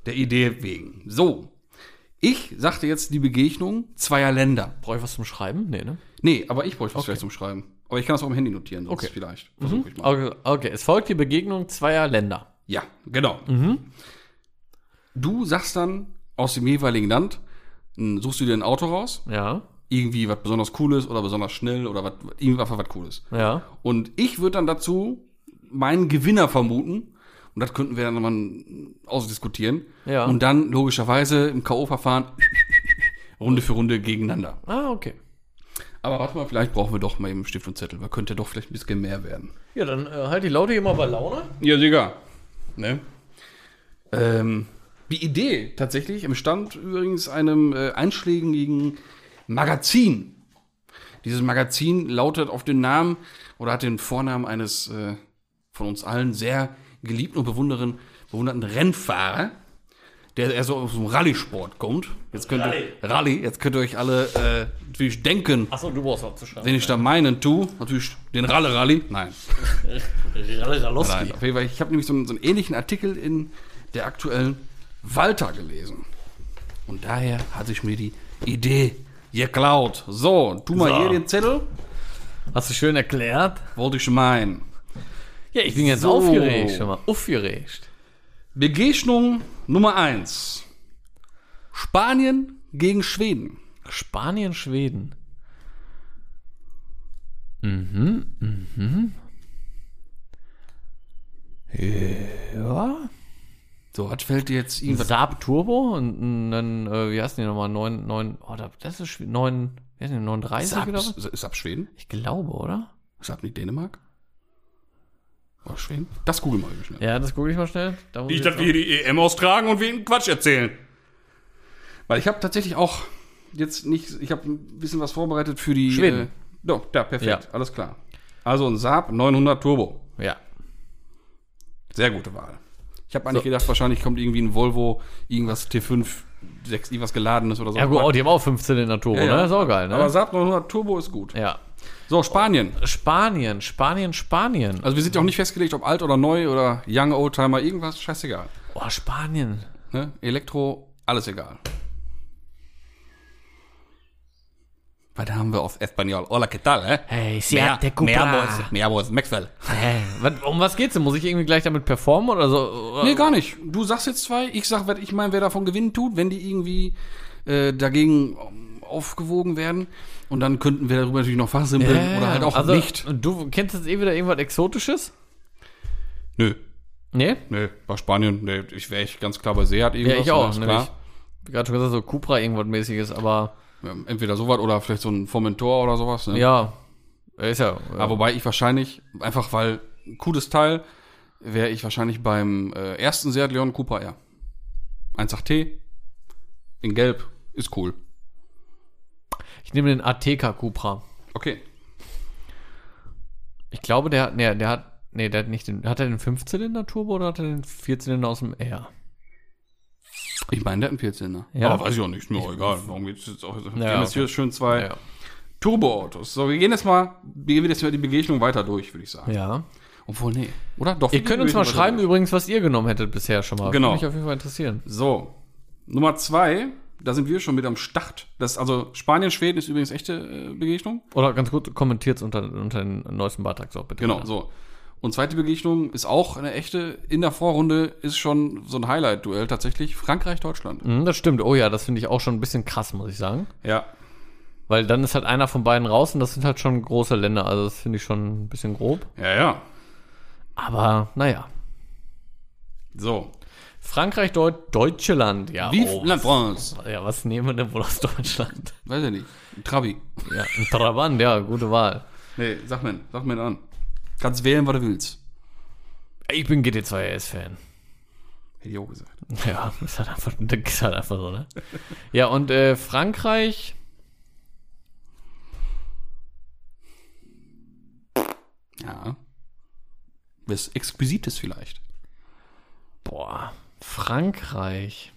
[SPEAKER 1] der Idee wegen. So. Ich sagte jetzt die Begegnung zweier Länder.
[SPEAKER 2] Brauche ich was zum Schreiben? Nee, ne?
[SPEAKER 1] Nee, aber ich bräuchte was vielleicht zum Schreiben. Aber ich kann das auch im Handy notieren, sonst
[SPEAKER 2] Okay.
[SPEAKER 1] vielleicht. Versuch ich mal.
[SPEAKER 2] Okay, okay, es folgt die Begegnung zweier Länder.
[SPEAKER 1] Ja, genau. Du sagst dann aus dem jeweiligen Land, m, suchst du dir ein Auto raus,
[SPEAKER 2] Ja,
[SPEAKER 1] irgendwie was besonders Cooles oder besonders schnell oder was, irgendwie einfach was Cooles.
[SPEAKER 2] ja.
[SPEAKER 1] Und ich würde dann dazu meinen Gewinner vermuten. Und das könnten wir dann mal ausdiskutieren.
[SPEAKER 2] Ja.
[SPEAKER 1] Und dann logischerweise im K.O.-Verfahren Runde für Runde gegeneinander.
[SPEAKER 2] Ah, okay.
[SPEAKER 1] Aber warte mal, vielleicht brauchen wir doch mal eben Stift und Zettel. Weil könnte doch vielleicht ein bisschen mehr werden.
[SPEAKER 2] Ja, dann äh, halt die Laute hier mal bei Laune.
[SPEAKER 1] Ja, Digga. Ne? Ähm, die Idee tatsächlich entstand übrigens einem äh, einschlägigen Magazin. Dieses Magazin lautet auf den Namen oder hat den Vornamen eines äh, von uns allen sehr geliebten und bewunderen, bewunderten Rennfahrer, der eher so aus dem Rallye-Sport kommt. Jetzt könnt ihr, Rallye, jetzt könnt ihr euch alle äh, natürlich denken,
[SPEAKER 2] Achso, du brauchst abzuschreiben.
[SPEAKER 1] wen ich da meinen tue. Natürlich den Ralle-Rallye. Nein.
[SPEAKER 2] Ralle
[SPEAKER 1] Nein,
[SPEAKER 2] Ralowski.
[SPEAKER 1] auf jeden Fall. Ich habe nämlich so einen, so einen ähnlichen Artikel in der aktuellen Walter gelesen. Und daher hatte ich mir die Idee geklaut. So, tu mal
[SPEAKER 2] So.
[SPEAKER 1] hier den Zettel.
[SPEAKER 2] Hast du schön erklärt?
[SPEAKER 1] Wollte ich meinen.
[SPEAKER 2] Ja, ich bin jetzt
[SPEAKER 1] So.
[SPEAKER 2] aufgeregt. Schon mal. Aufgeregt.
[SPEAKER 1] Begegnung Nummer 1. Spanien gegen Schweden.
[SPEAKER 2] Spanien, Schweden. Mhm, mhm. Ja.
[SPEAKER 1] So, was fällt dir jetzt
[SPEAKER 2] Ein
[SPEAKER 1] irgendwas?
[SPEAKER 2] Saab Turbo und dann, äh, wie heißt denn die nochmal? 9, 9, oh, da- das ist schw- 9, wie heißt denn die, 39
[SPEAKER 1] Saab,
[SPEAKER 2] oder was?
[SPEAKER 1] ist ab Schweden?
[SPEAKER 2] Ich glaube, oder?
[SPEAKER 1] Ist ab nicht Dänemark? Oder Schweden? Das googeln wir übrigens schnell.
[SPEAKER 2] Ja, das gucke ich mal schnell. Da muss
[SPEAKER 1] Nicht,
[SPEAKER 2] jetzt
[SPEAKER 1] dass wir hier die EM austragen und wir ihnen Quatsch erzählen. Weil ich habe tatsächlich auch jetzt nicht, ich habe ein bisschen was vorbereitet für die.
[SPEAKER 2] Schweden.
[SPEAKER 1] Äh, doch, da, perfekt,
[SPEAKER 2] Ja.
[SPEAKER 1] alles klar. Also ein Saab 900 Turbo.
[SPEAKER 2] noch- ja.
[SPEAKER 1] Sehr gute Wahl. Ich habe eigentlich gedacht, wahrscheinlich kommt irgendwie ein Volvo, irgendwas T5, 6, irgendwas geladenes oder so.
[SPEAKER 2] ja, gut, oh, die haben auch 15 in der Turbo,
[SPEAKER 1] Ja, ja.
[SPEAKER 2] ne? Ist auch geil, ne?
[SPEAKER 1] Aber Saab 900 Turbo ist gut.
[SPEAKER 2] ja.
[SPEAKER 1] So, Spanien.
[SPEAKER 2] Spanien, Spanien, Spanien.
[SPEAKER 1] Also wir sind ja auch nicht festgelegt, ob alt oder neu oder Young Oldtimer, irgendwas, scheißegal.
[SPEAKER 2] Oh, Spanien.
[SPEAKER 1] Ne? Elektro, alles egal. Weil da haben wir auf Espanol. Hola, ¿qué tal? Eh?
[SPEAKER 2] Hey,
[SPEAKER 1] Meerboys, Maxwell.
[SPEAKER 2] Hey, was- um was geht's denn? Muss ich irgendwie gleich damit performen oder so?
[SPEAKER 1] Nee, gar nicht. Du sagst jetzt zwei, ich sag, was ich meine, wer davon gewinnen tut, wenn die irgendwie äh, dagegen ähm, aufgewogen werden. Und dann könnten wir darüber natürlich noch fachsimpeln
[SPEAKER 2] Ja,
[SPEAKER 1] oder halt auch
[SPEAKER 2] also,
[SPEAKER 1] nicht.
[SPEAKER 2] Du kennst jetzt eh wieder irgendwas Exotisches?
[SPEAKER 1] Nö,
[SPEAKER 2] Nee?
[SPEAKER 1] nö, bei Spanien, nee, ich wäre ich ganz klar bei Seat
[SPEAKER 2] Ja,
[SPEAKER 1] irgendwas.
[SPEAKER 2] ich auch.
[SPEAKER 1] ist
[SPEAKER 2] Nämlich,
[SPEAKER 1] klar.
[SPEAKER 2] wie gerade schon gesagt, so Cupra irgendwas mäßiges, aber
[SPEAKER 1] Ja, Entweder sowas oder vielleicht so ein Fomentor oder sowas. Ne?
[SPEAKER 2] ja. Ist ja. ja.
[SPEAKER 1] Ja, Ah, wobei ich wahrscheinlich, einfach weil ein cooles Teil, wäre ich wahrscheinlich beim äh, ersten Seat Leon Cooper R. 1.8T in Gelb ist cool.
[SPEAKER 2] Ich nehme den Ateca Cupra.
[SPEAKER 1] Okay.
[SPEAKER 2] Ich glaube, der hat, nee, der hat, nee, der hat nicht den, hat er den 5-Zylinder Turbo oder hat er den 4-Zylinder aus dem R?
[SPEAKER 1] Ich meine, der hat einen Vierzylinder.
[SPEAKER 2] Ja.
[SPEAKER 1] Aber weiß ich auch nicht. Mir auch egal. Warum geht's jetzt auch? Wir
[SPEAKER 2] Ja,
[SPEAKER 1] haben jetzt hier schön zwei
[SPEAKER 2] Ja.
[SPEAKER 1] Turboautos. So, wir gehen jetzt mal, wir gehen jetzt mal die Begegnung weiter durch, würde ich sagen.
[SPEAKER 2] ja.
[SPEAKER 1] Obwohl, nee. Oder? Doch.
[SPEAKER 2] Ihr
[SPEAKER 1] wir
[SPEAKER 2] könnt
[SPEAKER 1] gehen
[SPEAKER 2] uns mal
[SPEAKER 1] weiter
[SPEAKER 2] schreiben
[SPEAKER 1] durch.
[SPEAKER 2] übrigens, was ihr genommen hättet bisher schon mal.
[SPEAKER 1] Genau.
[SPEAKER 2] Würde mich auf jeden Fall interessieren.
[SPEAKER 1] So. Nummer zwei, da sind wir schon mit am Start. Das, also Spanien, Schweden ist übrigens echte äh, Begegnung.
[SPEAKER 2] Oder ganz gut, kommentiert es unter, unter den neuesten Beitrag so bitte.
[SPEAKER 1] Genau, so. Und zweite Begegnung ist auch eine echte. In der Vorrunde ist schon so ein Highlight-Duell tatsächlich. Frankreich-Deutschland.
[SPEAKER 2] Mhm, das stimmt. Oh ja, das finde ich auch schon ein bisschen krass, muss ich sagen.
[SPEAKER 1] Ja.
[SPEAKER 2] Weil dann ist halt einer von beiden raus und das sind halt schon große Länder. Also das finde ich schon ein bisschen grob.
[SPEAKER 1] Ja, ja.
[SPEAKER 2] Aber naja.
[SPEAKER 1] So.
[SPEAKER 2] Frankreich, Deut Deutschland, ja.
[SPEAKER 1] Vive
[SPEAKER 2] oh,
[SPEAKER 1] la France.
[SPEAKER 2] ja, was nehmen wir denn wohl aus Deutschland?
[SPEAKER 1] Weiß ich nicht. Ein Trabi.
[SPEAKER 2] Ja, ein Trabant, ja, gute Wahl.
[SPEAKER 1] Nee, sag mir, sag mir an. Kannst wählen, was du willst.
[SPEAKER 2] Ich bin GT2-RS-Fan.
[SPEAKER 1] Hätte ich auch gesagt.
[SPEAKER 2] Ja, ist halt einfach, das ist halt einfach so, ne? Ja, und äh, Frankreich,
[SPEAKER 1] Ja. Was Exquisites vielleicht.
[SPEAKER 2] Boah, Frankreich.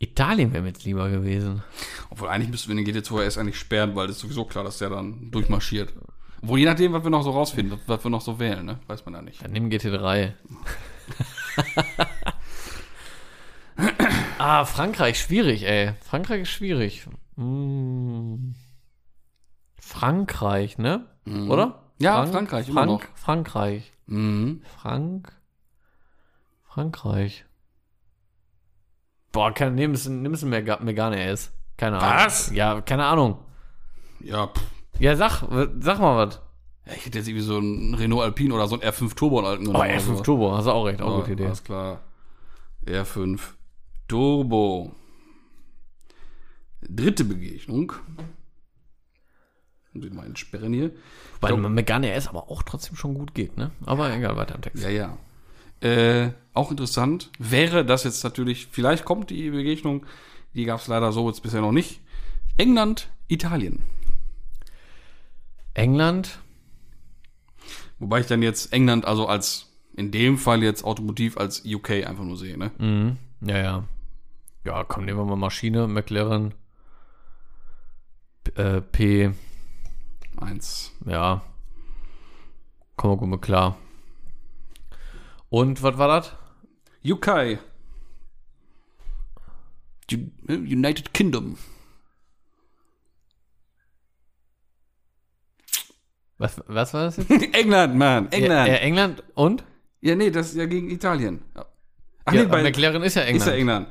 [SPEAKER 2] Italien wäre mir jetzt lieber gewesen.
[SPEAKER 1] Obwohl, eigentlich müssten wir den GT2 RS eigentlich sperren, weil es ist sowieso klar, dass der dann durchmarschiert. Obwohl, je nachdem, was wir noch so rausfinden, was wir noch so wählen, ne? Weiß man ja nicht.
[SPEAKER 2] Dann nimm GT3. ah, Frankreich, schwierig, ey. Frankreich ist schwierig. Hm. Frankreich, ne? Oder?
[SPEAKER 1] Mhm. Ja, Frankreich, immer
[SPEAKER 2] Frank,
[SPEAKER 1] noch.
[SPEAKER 2] Frankreich.
[SPEAKER 1] Mhm.
[SPEAKER 2] Frank. Frankreich. Boah, kann, nimm es, nimm es ein Mega- Megane-S. Keine Ahnung.
[SPEAKER 1] Was?
[SPEAKER 2] Ja, keine Ahnung.
[SPEAKER 1] Ja, pff.
[SPEAKER 2] Ja, sag, sag mal was.
[SPEAKER 1] Ja, ich hätte jetzt irgendwie so einen Renault Alpine oder so einen R5 Turbo alten
[SPEAKER 2] Oh, R5 Turbo, hast du auch recht, auch gute Idee.
[SPEAKER 1] Oh, Alles klar. R5 Turbo. Dritte Begegnung. Muss ich mal entsperren hier.
[SPEAKER 2] Weil Megane S aber auch trotzdem schon gut geht, ne? Aber egal, weiter im Text.
[SPEAKER 1] Ja, ja. Äh, auch interessant wäre das jetzt natürlich, vielleicht kommt die Begegnung, die gab es leider so jetzt bisher noch nicht. England, Italien.
[SPEAKER 2] England?
[SPEAKER 1] Wobei ich dann jetzt England, also als in dem Fall jetzt automotiv als UK einfach nur sehe, ne?
[SPEAKER 2] Mhm. Ja, ja. Ja, komm, nehmen wir mal Maschine, McLaren. P- Äh, P, Mhm.
[SPEAKER 1] Eins.
[SPEAKER 2] ja. Kommen wir gut mit klar. Und was war das?
[SPEAKER 1] UK. U- äh, United Kingdom.
[SPEAKER 2] Was, was war das jetzt?
[SPEAKER 1] England, Mann,
[SPEAKER 2] Ja,
[SPEAKER 1] England.
[SPEAKER 2] ja,
[SPEAKER 1] Ja,
[SPEAKER 2] England und?
[SPEAKER 1] nee, das ist ja gegen Italien. Ach
[SPEAKER 2] Ja,
[SPEAKER 1] nee, bei
[SPEAKER 2] McLaren ist ja England.
[SPEAKER 1] ist ja England.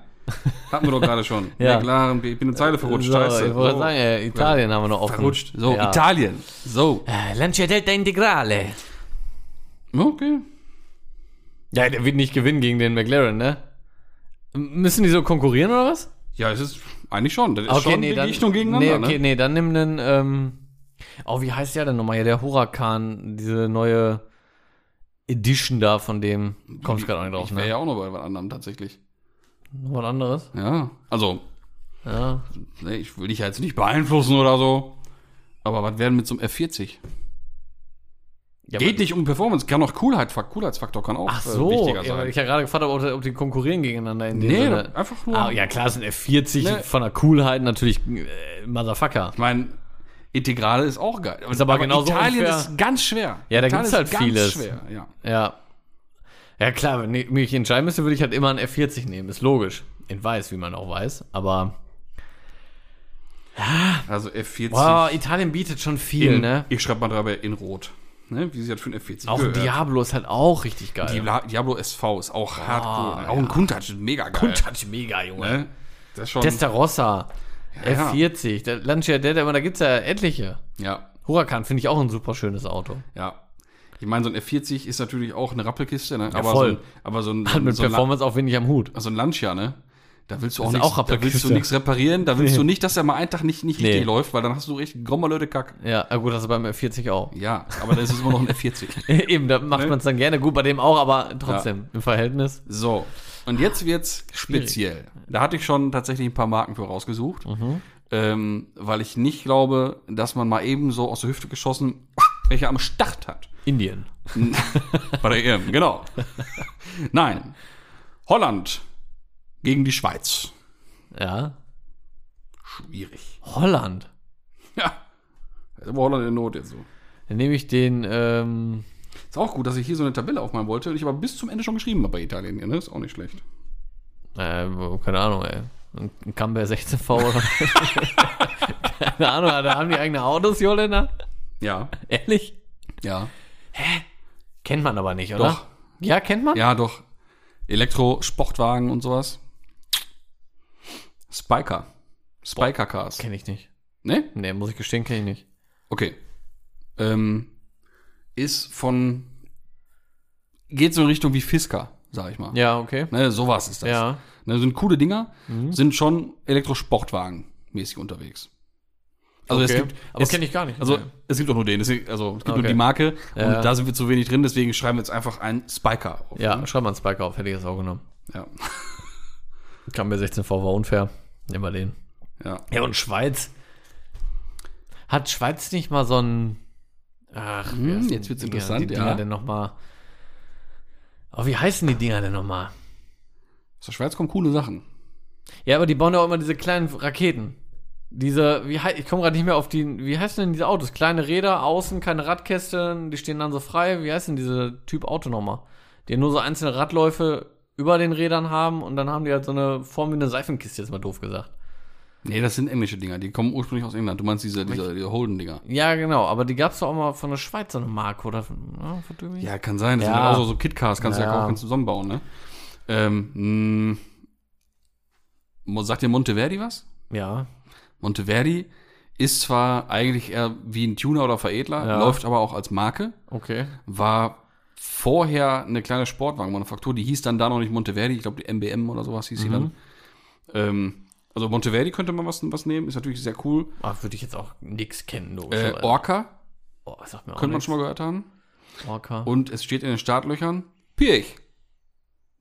[SPEAKER 1] Hatten wir doch gerade schon.
[SPEAKER 2] Ja.
[SPEAKER 1] McLaren, ich bin eine Zeile verrutscht,
[SPEAKER 2] so,
[SPEAKER 1] scheiße.
[SPEAKER 2] Ich wollte
[SPEAKER 1] Oh.
[SPEAKER 2] sagen, äh, Italien haben wir noch offen.
[SPEAKER 1] Verrutscht. So,
[SPEAKER 2] ja.
[SPEAKER 1] Italien. So.
[SPEAKER 2] Äh, Lanciadella Integrale.
[SPEAKER 1] Okay.
[SPEAKER 2] Ja, der wird nicht gewinnen gegen den McLaren, ne? M- Müssen die so konkurrieren oder was?
[SPEAKER 1] Ja, es ist eigentlich schon. Das ist schon Begegnung gegeneinander,
[SPEAKER 2] nee, okay,
[SPEAKER 1] ne?
[SPEAKER 2] nee, dann nimm den, ähm, oh, wie heißt der denn nochmal? Ja, der Huracan, diese neue Edition da von dem, komm ich gerade auch nicht drauf,
[SPEAKER 1] Ich wäre
[SPEAKER 2] ne?
[SPEAKER 1] ja auch noch bei was anderem tatsächlich.
[SPEAKER 2] Noch was anderes?
[SPEAKER 1] Ja. Also,
[SPEAKER 2] Ja.
[SPEAKER 1] nee, Ne, ich will dich ja jetzt nicht beeinflussen oder so. Aber was werden mit so einem F40?
[SPEAKER 2] ja
[SPEAKER 1] Geht nicht um Performance, kann auch Coolheit, Coolheitsfaktor kann auch
[SPEAKER 2] Ach
[SPEAKER 1] äh,
[SPEAKER 2] so,
[SPEAKER 1] wichtiger
[SPEAKER 2] ja, weil
[SPEAKER 1] sein.
[SPEAKER 2] ich ja gerade gefragt habe, ob, ob die konkurrieren gegeneinander in dem
[SPEAKER 1] nee,
[SPEAKER 2] Sinne.
[SPEAKER 1] einfach nur.
[SPEAKER 2] Ah, ja, klar, sind F40
[SPEAKER 1] Ne.
[SPEAKER 2] von der Coolheit natürlich äh, Motherfucker.
[SPEAKER 1] Ich meine, Integrale ist auch geil.
[SPEAKER 2] Ist aber genauso
[SPEAKER 1] Italien
[SPEAKER 2] unfair.
[SPEAKER 1] ist ganz schwer.
[SPEAKER 2] Ja, da
[SPEAKER 1] Italien
[SPEAKER 2] gibt's halt
[SPEAKER 1] ist ganz
[SPEAKER 2] vieles.
[SPEAKER 1] Schwer, ja.
[SPEAKER 2] Ja. Ja, klar, wenn ich mich entscheiden müsste, würde ich halt immer einen F40 nehmen. Ist logisch. In weiß, wie man auch weiß. Aber
[SPEAKER 1] Also F40.
[SPEAKER 2] boah, Italien bietet schon viel,
[SPEAKER 1] in,
[SPEAKER 2] ne?
[SPEAKER 1] Ich schreibe mal dabei in Rot. Ne? Wie sie hat für ein F40
[SPEAKER 2] Auch ein
[SPEAKER 1] gehört.
[SPEAKER 2] Diablo ist halt auch richtig geil.
[SPEAKER 1] Diabla- Diablo SV ist auch hardcore. ne? Auch ein Kuntat ist mega geil.
[SPEAKER 2] Touch mega, Junge.
[SPEAKER 1] Ne? Das ist schon.
[SPEAKER 2] Testarossa,
[SPEAKER 1] ja.
[SPEAKER 2] F40, der Lanciadella, aber da gibt's ja etliche.
[SPEAKER 1] ja,
[SPEAKER 2] Huracan finde ich auch ein super schönes Auto.
[SPEAKER 1] ja. Ich meine, so ein F40 ist natürlich auch eine Rappelkiste, ne? aber,
[SPEAKER 2] voll.
[SPEAKER 1] So ein, aber so ein,
[SPEAKER 2] Hat mit
[SPEAKER 1] so ein, La-
[SPEAKER 2] Performance auch wenig am Hut.
[SPEAKER 1] so ein Lancia, ne? Da willst du auch
[SPEAKER 2] Ist
[SPEAKER 1] nichts,
[SPEAKER 2] auch
[SPEAKER 1] da willst du
[SPEAKER 2] Rappelkiste.
[SPEAKER 1] nichts reparieren, da willst du nicht, dass er mal einen Tag nicht, nicht
[SPEAKER 2] Nee.
[SPEAKER 1] richtig läuft, weil dann hast du echt grommerlöde Kack.
[SPEAKER 2] Ja, ah, gut, das ist beim F40 auch.
[SPEAKER 1] Ja, aber das ist immer noch ein F40.
[SPEAKER 2] Eben, da macht
[SPEAKER 1] Ne?
[SPEAKER 2] man es dann gerne. Gut, bei dem auch, aber trotzdem, im Verhältnis.
[SPEAKER 1] So, und jetzt wird's speziell. Da hatte ich schon tatsächlich ein paar Marken für rausgesucht,
[SPEAKER 2] Mhm.
[SPEAKER 1] ähm, weil ich nicht glaube, dass man mal eben so aus der Hüfte geschossen welche am Start hat.
[SPEAKER 2] Indien.
[SPEAKER 1] Bei der EM, genau. Nein. Holland gegen die Schweiz.
[SPEAKER 2] Ja.
[SPEAKER 1] Schwierig.
[SPEAKER 2] Holland.
[SPEAKER 1] Ja. Da ist aber Holland in Not jetzt so.
[SPEAKER 2] Dann nehme ich den, ähm,
[SPEAKER 1] Ist auch gut, dass ich hier so eine Tabelle aufmachen wollte. Ich aber bis zum Ende schon geschrieben habe bei Italien. hier, Ne? Ist auch nicht schlecht.
[SPEAKER 2] äh, keine Ahnung, ey. Ein ein Camber 16V oder Keine Ahnung, da haben die eigene Autos, die Holländer.
[SPEAKER 1] Ja.
[SPEAKER 2] Ehrlich?
[SPEAKER 1] Ja.
[SPEAKER 2] Kennt man aber nicht, oder?
[SPEAKER 1] Doch.
[SPEAKER 2] Ja, kennt man?
[SPEAKER 1] Ja, doch. Elektro-Sportwagen und sowas. Spiker. Spiker-Cars.
[SPEAKER 2] Kenne ich nicht.
[SPEAKER 1] Ne?
[SPEAKER 2] Nee, muss ich gestehen, kenne ich nicht.
[SPEAKER 1] Okay. Ähm, ist von. Geht so in Richtung wie Fisker, sag ich mal.
[SPEAKER 2] Ja, okay.
[SPEAKER 1] Ne, sowas ist das.
[SPEAKER 2] Ja.
[SPEAKER 1] Ne, sind coole Dinger,
[SPEAKER 2] Mhm.
[SPEAKER 1] sind schon Elektrosportwagen mäßig unterwegs. Also es
[SPEAKER 2] okay.
[SPEAKER 1] gibt.
[SPEAKER 2] aber
[SPEAKER 1] es,
[SPEAKER 2] kenne ich gar nicht.
[SPEAKER 1] also
[SPEAKER 2] Nee.
[SPEAKER 1] es gibt auch nur den, deswegen, also es gibt nur
[SPEAKER 2] Okay.
[SPEAKER 1] die Marke
[SPEAKER 2] Ja.
[SPEAKER 1] und da sind wir zu wenig drin, deswegen schreiben wir jetzt einfach einen Spiker auf.
[SPEAKER 2] ja, schreib mal einen Spike auf, hätte ich das auch genommen.
[SPEAKER 1] Ja.
[SPEAKER 2] Camber 16V war unfair. Nehmen wir den.
[SPEAKER 1] ja.
[SPEAKER 2] Ja, und Schweiz. Hat Schweiz nicht mal so ein. Ach, wer
[SPEAKER 1] Hm,
[SPEAKER 2] ist denn
[SPEAKER 1] jetzt wird's
[SPEAKER 2] die
[SPEAKER 1] interessant,
[SPEAKER 2] Dinger, die
[SPEAKER 1] ja.
[SPEAKER 2] Dinger denn nochmal. Oh, wie heißen die Dinger denn nochmal?
[SPEAKER 1] Aus der Schweiz kommen coole Sachen.
[SPEAKER 2] Ja, aber die bauen ja auch immer diese kleinen Raketen. Diese, wie hei- ich komme gerade nicht mehr auf die, wie heißen denn diese Autos? Kleine Räder, außen keine Radkästen, die stehen dann so frei. Wie heißt denn dieser Typ Auto nochmal? Die nur so einzelne Radläufe über den Rädern haben und dann haben die halt so eine Form wie eine Seifenkiste, jetzt mal doof gesagt.
[SPEAKER 1] Nee, das sind englische Dinger. Die kommen ursprünglich aus England. Du meinst diese, diese, diese Holden-Dinger.
[SPEAKER 2] Ja, genau, aber die gab's doch auch mal von der Schweiz, so eine Marke oder von, ja, von Dümmel?
[SPEAKER 1] Ja, kann sein. Das
[SPEAKER 2] Ja.
[SPEAKER 1] sind ja auch so, so Kit-Cars. Kannst du ja
[SPEAKER 2] Ja.
[SPEAKER 1] auch ganz zusammenbauen, ne? Ähm, mh. Mo- sagt dir Monteverdi was?
[SPEAKER 2] ja.
[SPEAKER 1] Monteverdi ist zwar eigentlich eher wie ein Tuner oder Veredler,
[SPEAKER 2] Ja.
[SPEAKER 1] läuft aber auch als Marke.
[SPEAKER 2] Okay.
[SPEAKER 1] War vorher eine kleine Sportwagenmanufaktur. Die hieß dann da noch nicht Monteverdi. Ich glaube, die MBM oder sowas hieß sie
[SPEAKER 2] Mhm.
[SPEAKER 1] dann. Ähm, also Monteverdi könnte man was, was nehmen. Ist natürlich sehr cool.
[SPEAKER 2] Ah, würde ich jetzt auch nix kennen,
[SPEAKER 1] Äh,
[SPEAKER 2] logischerweise.
[SPEAKER 1] Orca,
[SPEAKER 2] oh, sagt mir auch
[SPEAKER 1] könnte man
[SPEAKER 2] nix.
[SPEAKER 1] schon mal gehört haben.
[SPEAKER 2] Orca.
[SPEAKER 1] Und es steht in den Startlöchern Pirch.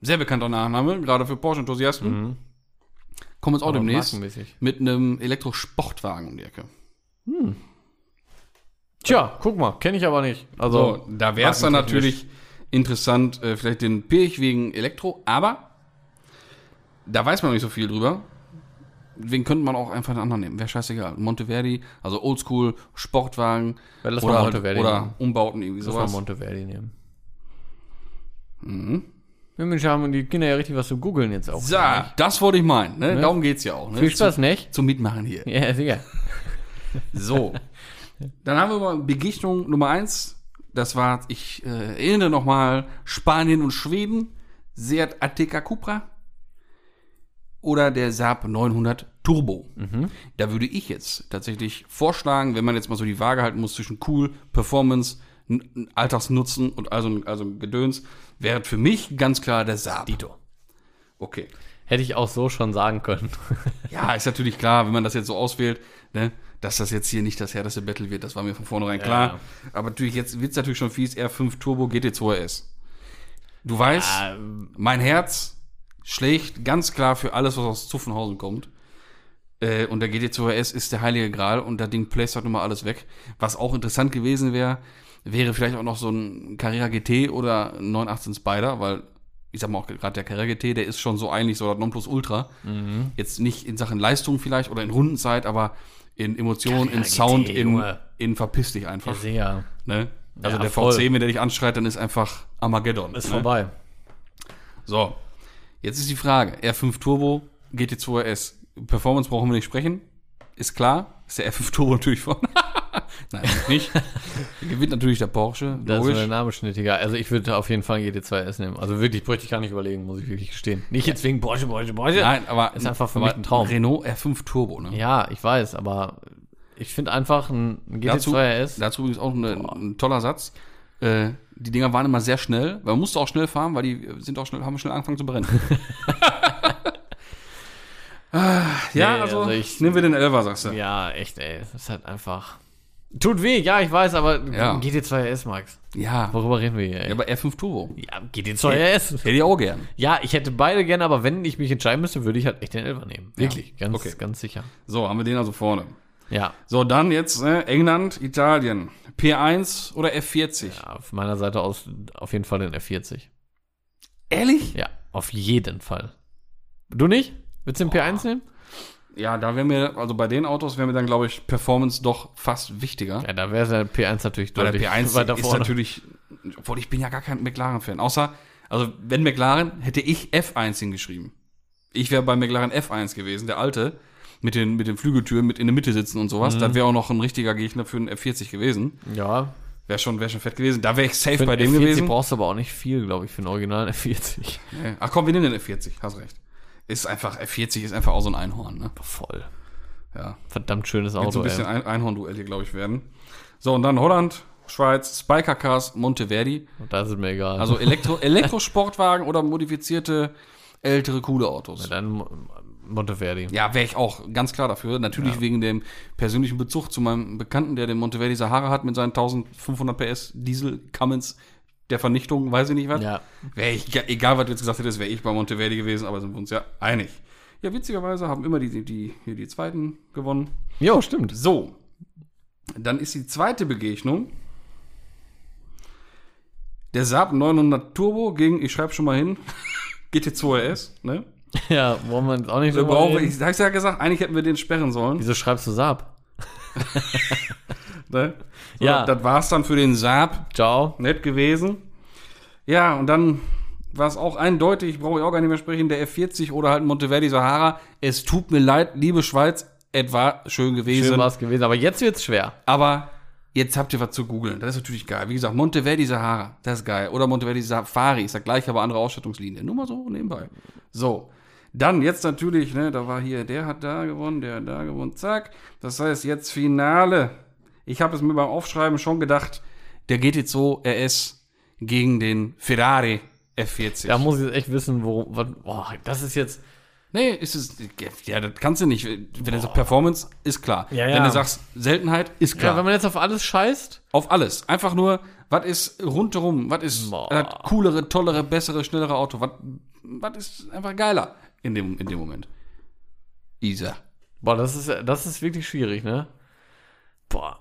[SPEAKER 1] Sehr bekannter Nachname, gerade für Porsche-Enthusiasten.
[SPEAKER 2] Mhm.
[SPEAKER 1] Kommen jetzt auch
[SPEAKER 2] Aber
[SPEAKER 1] demnächst
[SPEAKER 2] markenmäßig.
[SPEAKER 1] mit einem Elektrosportwagen um die Ecke.
[SPEAKER 2] Tja, guck mal, kenne ich aber nicht. Also,
[SPEAKER 1] So, da wäre es dann
[SPEAKER 2] markentechnisch.
[SPEAKER 1] natürlich interessant, äh, vielleicht den Pirch wegen Elektro, aber da weiß man noch nicht so viel drüber. Deswegen könnte man auch einfach einen anderen nehmen. Wäre scheißegal. Monteverdi, also Oldschool, Sportwagen
[SPEAKER 2] Ja, lass mal
[SPEAKER 1] oder, halt,
[SPEAKER 2] Monteverdi nehmen.
[SPEAKER 1] oder Umbauten irgendwie
[SPEAKER 2] Lass mal
[SPEAKER 1] sowas.
[SPEAKER 2] Monteverdi nehmen. Mhm. Mensch, haben die Kinder ja richtig was zu googeln jetzt auch.
[SPEAKER 1] So, das wollte ich meinen. Ne? Darum geht's ja auch. Ne?
[SPEAKER 2] Viel Spaß, nicht?
[SPEAKER 1] Zum, zum Mitmachen hier.
[SPEAKER 2] Ja, sicher.
[SPEAKER 1] So. Dann haben wir mal Begegnung Nummer eins. Das war, ich äh, erinnere nochmal, Spanien und Schweden. Seat Ateca Cupra. Oder der Saab 900 Turbo. Da würde ich jetzt tatsächlich vorschlagen, wenn man jetzt mal so die Waage halten muss zwischen cool, Performance, N- N- Alltagsnutzen und also, also Gedöns, wäre für mich ganz klar der Saab.
[SPEAKER 2] Dito.
[SPEAKER 1] Okay.
[SPEAKER 2] Hätte ich auch so schon sagen können.
[SPEAKER 1] Ja, ist natürlich klar, wenn man das jetzt so auswählt, ne, dass das jetzt hier nicht das härteste Battle wird, das war mir von vornherein klar.
[SPEAKER 2] ja.
[SPEAKER 1] Aber natürlich, jetzt wird's natürlich schon fies, R5 Turbo GT2 S. Du weißt, mein Herz schlägt ganz klar für alles, was aus Zuffenhausen kommt. Äh, und der GT2 S ist der heilige Gral und das Ding bläst halt nun mal alles weg. Was auch interessant gewesen wäre, wäre vielleicht auch noch so ein Carrera GT oder ein 918 Spider, weil ich sag mal auch gerade der Carrera GT, der ist schon so eigentlich so das Nonplusultra.
[SPEAKER 2] Mhm.
[SPEAKER 1] Jetzt nicht in Sachen Leistung vielleicht oder in Rundenzeit, aber in Emotionen, in
[SPEAKER 2] Carrera GT,
[SPEAKER 1] Sound, in,
[SPEAKER 2] Junge.
[SPEAKER 1] in verpiss dich einfach.
[SPEAKER 2] Sicher.
[SPEAKER 1] Ne? Also
[SPEAKER 2] Ja,
[SPEAKER 1] der
[SPEAKER 2] voll.
[SPEAKER 1] VC, wenn der dich anschreit, dann ist einfach Armageddon.
[SPEAKER 2] Ist
[SPEAKER 1] ne?
[SPEAKER 2] vorbei.
[SPEAKER 1] So, jetzt ist die Frage: R5 Turbo, GT2 RS. Performance brauchen wir nicht sprechen. Ist klar, ist der R5 Turbo natürlich vorne. Nein, natürlich nicht. Gewinnt natürlich der Porsche.
[SPEAKER 2] Da ist mir der
[SPEAKER 1] logisch.
[SPEAKER 2] Name schon nicht egal. Also ich würde auf jeden Fall einen GT2S nehmen. Also wirklich, bräuchte ich gar nicht überlegen, muss ich wirklich gestehen. Nicht jetzt wegen Porsche, Porsche, Porsche.
[SPEAKER 1] Nein, aber
[SPEAKER 2] Ist einfach für
[SPEAKER 1] aber
[SPEAKER 2] mich ein Traum.
[SPEAKER 1] Renault R5 Turbo. Ne?
[SPEAKER 2] Ja, ich weiß, aber ich finde einfach ein ein
[SPEAKER 1] Dazu,
[SPEAKER 2] GT2RS.
[SPEAKER 1] dazu übrigens auch eine, ein toller Satz. Äh, die Dinger waren immer sehr schnell, weil man musste auch schnell fahren, weil die sind auch schnell, haben schnell angefangen zu brennen. Ah, ja,
[SPEAKER 2] Nee,
[SPEAKER 1] also,
[SPEAKER 2] also ich-
[SPEAKER 1] nehmen wir den Elfer, sagst du.
[SPEAKER 2] Ja, echt, ey. Das ist halt einfach. Tut weh, ja, ich weiß, aber
[SPEAKER 1] Ja.
[SPEAKER 2] GT2RS, Max.
[SPEAKER 1] Ja,
[SPEAKER 2] Worüber reden wir hier, ey?
[SPEAKER 1] ja aber R5 Turbo.
[SPEAKER 2] Ja, GT2RS.
[SPEAKER 1] Hätte ich auch gern.
[SPEAKER 2] Ja, ich hätte beide gerne, aber wenn ich mich entscheiden müsste, würde ich halt echt den Elfer nehmen.
[SPEAKER 1] Wirklich?
[SPEAKER 2] Ja, ganz,
[SPEAKER 1] Okay.
[SPEAKER 2] ganz sicher.
[SPEAKER 1] So, haben wir den also vorne.
[SPEAKER 2] Ja.
[SPEAKER 1] So, dann jetzt äh, England, Italien. P1 oder F40?
[SPEAKER 2] ja. Von meiner Seite aus auf jeden Fall den F40.
[SPEAKER 1] Ehrlich?
[SPEAKER 2] Ja, auf jeden Fall. Du nicht? Willst du den P1 nehmen?
[SPEAKER 1] Ja, da wäre mir, also bei den Autos wäre mir dann, glaube ich, Performance doch fast wichtiger.
[SPEAKER 2] Ja, da wäre der P1 natürlich
[SPEAKER 1] Weil der
[SPEAKER 2] deutlich
[SPEAKER 1] P1
[SPEAKER 2] weiter
[SPEAKER 1] ist
[SPEAKER 2] vorne.
[SPEAKER 1] natürlich, obwohl ich bin ja gar kein McLaren-Fan. Außer, also wenn McLaren, hätte ich F1 hingeschrieben. Ich wäre bei McLaren F1 gewesen, der alte, mit den, mit den Flügeltüren, mit in der Mitte sitzen und
[SPEAKER 2] Mhm.
[SPEAKER 1] sowas. Das wäre auch noch ein richtiger Gegner für einen F40 gewesen.
[SPEAKER 2] ja,
[SPEAKER 1] Wäre schon, wär schon fett gewesen. Da wäre ich safe
[SPEAKER 2] für
[SPEAKER 1] bei dem
[SPEAKER 2] F40
[SPEAKER 1] gewesen.
[SPEAKER 2] brauchst du aber auch nicht viel, glaube ich, für einen originalen F40.
[SPEAKER 1] Ja. Äh, Ach komm, wir nehmen den F40, hast recht. Ist einfach, F40 ist einfach auch so ein Einhorn, ne?
[SPEAKER 2] Voll.
[SPEAKER 1] Ja.
[SPEAKER 2] Verdammt schönes
[SPEAKER 1] Wird so
[SPEAKER 2] Auto,
[SPEAKER 1] ein bisschen
[SPEAKER 2] ey.
[SPEAKER 1] ein Einhorn-Duell hier, glaube ich, werden. So, und dann Holland, Schweiz, Spiker Cars, Monteverdi.
[SPEAKER 2] Und Da ist es mir egal.
[SPEAKER 1] Also Elektro Elektrosportwagen oder modifizierte ältere, coole Autos.
[SPEAKER 2] dann Mo- Monteverdi.
[SPEAKER 1] Ja, wäre ich auch ganz klar dafür. Natürlich wegen dem persönlichen Bezug zu meinem Bekannten, der den Monteverdi Sahara hat mit seinen 1500 PS Diesel Cummins der Vernichtung, weiß ich nicht was.
[SPEAKER 2] Ja.
[SPEAKER 1] Wäre ich, ge- egal was du jetzt gesagt hättest, wäre ich bei Monteverdi gewesen, aber sind wir uns ja einig. Ja, witzigerweise haben immer die, die, die, hier die Zweiten gewonnen.
[SPEAKER 2] Jo, stimmt.
[SPEAKER 1] So, dann ist die zweite Begegnung der Saab 900 Turbo gegen, ich schreibe schon mal hin, GT2 RS. Ne?
[SPEAKER 2] Ja, wollen wir jetzt auch nicht
[SPEAKER 1] Da
[SPEAKER 2] drüber
[SPEAKER 1] brauche
[SPEAKER 2] reden?
[SPEAKER 1] ich, da hab ich ja gesagt, eigentlich hätten wir den sperren sollen.
[SPEAKER 2] Wieso schreibst du Saab?
[SPEAKER 1] Ne? So,
[SPEAKER 2] Ja.
[SPEAKER 1] Das war es dann für den Saab.
[SPEAKER 2] Ciao.
[SPEAKER 1] Nett gewesen. Ja, und dann war es auch eindeutig, brauche ich auch gar nicht mehr sprechen, der F40 oder halt Monteverdi Sahara. Es tut mir leid, liebe Schweiz, es war schön gewesen.
[SPEAKER 2] Schön war es gewesen, aber jetzt wird's schwer.
[SPEAKER 1] Aber jetzt habt ihr was zu googeln. Das ist natürlich geil. Wie gesagt, Monteverdi Sahara, das ist geil. Oder Monteverdi Safari, ist das gleiche, aber andere Ausstattungslinie. Nur mal so nebenbei. So. Dann jetzt natürlich, ne, da war hier, der hat da gewonnen, der hat da gewonnen, zack. Das heißt jetzt Finale. Ich habe es mir beim Aufschreiben schon gedacht, der GT2 RS gegen den Ferrari F40.
[SPEAKER 2] Da muss ich jetzt echt wissen, wo, was, boah, das ist jetzt,
[SPEAKER 1] Nee, ist es. Ja, das kannst du nicht. Wenn du sagst, Performance ist klar.
[SPEAKER 2] Ja, ja.
[SPEAKER 1] Wenn du sagst, Seltenheit ist klar.
[SPEAKER 2] Ja, wenn man jetzt auf alles scheißt,
[SPEAKER 1] Auf alles. Einfach nur, was ist rundherum? Was ist
[SPEAKER 2] Boah.
[SPEAKER 1] das coolere, tollere, bessere, schnellere Auto? Was- Was ist einfach geiler in dem, in dem Moment? Isa.
[SPEAKER 2] boah, das ist, das ist wirklich schwierig, ne? Boah.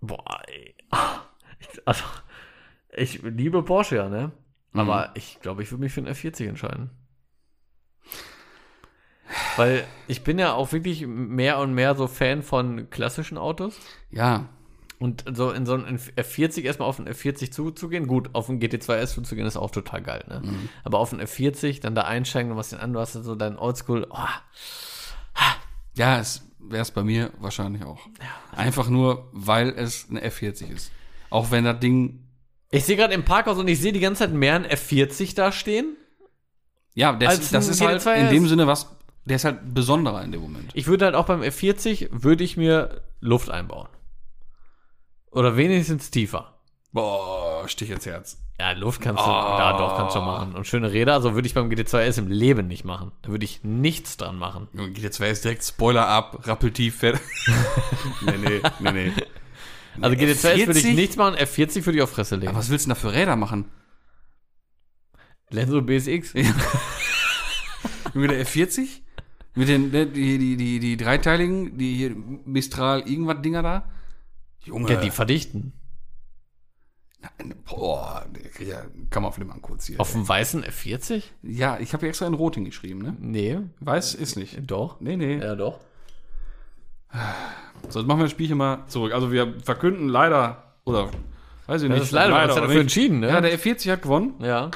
[SPEAKER 2] Boah, ey. Ich, also, ich liebe Porsche ja, ne? Aber ich glaube, ich würde mich für einen F40 entscheiden. Weil ich bin ja auch wirklich mehr und mehr so Fan von klassischen Autos.
[SPEAKER 1] Ja.
[SPEAKER 2] Und so in so einen F40 erstmal auf einen F40 zuzugehen, gut, auf einen GT2 S zuzugehen, ist auch total geil, ne? Aber auf einen F40, dann da einsteigen und was den an, du hast ja so deinen Oldschool, oh,
[SPEAKER 1] Ja, es wäre es bei mir wahrscheinlich auch. Einfach nur, weil es eine F40 ist. Auch wenn das Ding.
[SPEAKER 2] Ich sehe gerade im Parkhaus und ich sehe die ganze Zeit mehr ein F40 da stehen.
[SPEAKER 1] Ja, das,
[SPEAKER 2] Als
[SPEAKER 1] das
[SPEAKER 2] ein
[SPEAKER 1] ist halt
[SPEAKER 2] GT2
[SPEAKER 1] in dem
[SPEAKER 2] ist-
[SPEAKER 1] Sinne was. Der ist halt besonderer in dem Moment.
[SPEAKER 2] Ich würde halt auch beim F40 würde ich mir Luft einbauen. Oder wenigstens tiefer.
[SPEAKER 1] Boah, Stich ins Herz.
[SPEAKER 2] Ja, Luft kannst du, ja doch, kannst du machen. Und schöne Räder, also würde ich beim GT2S im Leben nicht machen. Da würde ich nichts dran machen.
[SPEAKER 1] Junge, geht jetzt erst direkt Spoiler ab, rappeltief, fährt. nee, nee, nee, nee.
[SPEAKER 2] Also GT2S würde ich
[SPEAKER 1] F40?
[SPEAKER 2] nichts machen, F40 würde ich auf Fresse legen.
[SPEAKER 1] Aber was willst du denn da für Räder machen?
[SPEAKER 2] Lenso BSX?
[SPEAKER 1] Junge, der F40? Mit den, ne, die, die, die, die dreiteiligen, die hier Mistral irgendwas Dinger da? Junge.
[SPEAKER 2] Ja, die verdichten.
[SPEAKER 1] Nein, boah, der kriegt ja, kann man flimmern kurz hier.
[SPEAKER 2] Auf dem weißen F40?
[SPEAKER 1] ja, ich habe ja extra in Rot hingeschrieben, ne?
[SPEAKER 2] Nee.
[SPEAKER 1] Weiß ist nicht.
[SPEAKER 2] Doch.
[SPEAKER 1] Nee, nee.
[SPEAKER 2] Ja, doch.
[SPEAKER 1] So, jetzt machen wir das Spielchen mal zurück. Also wir verkünden leider, oder weiß ich nicht.
[SPEAKER 2] ist leider, wir haben uns ja
[SPEAKER 1] oder
[SPEAKER 2] dafür
[SPEAKER 1] nicht.
[SPEAKER 2] entschieden, ne?
[SPEAKER 1] Ja, der F40 hat gewonnen.
[SPEAKER 2] Ja.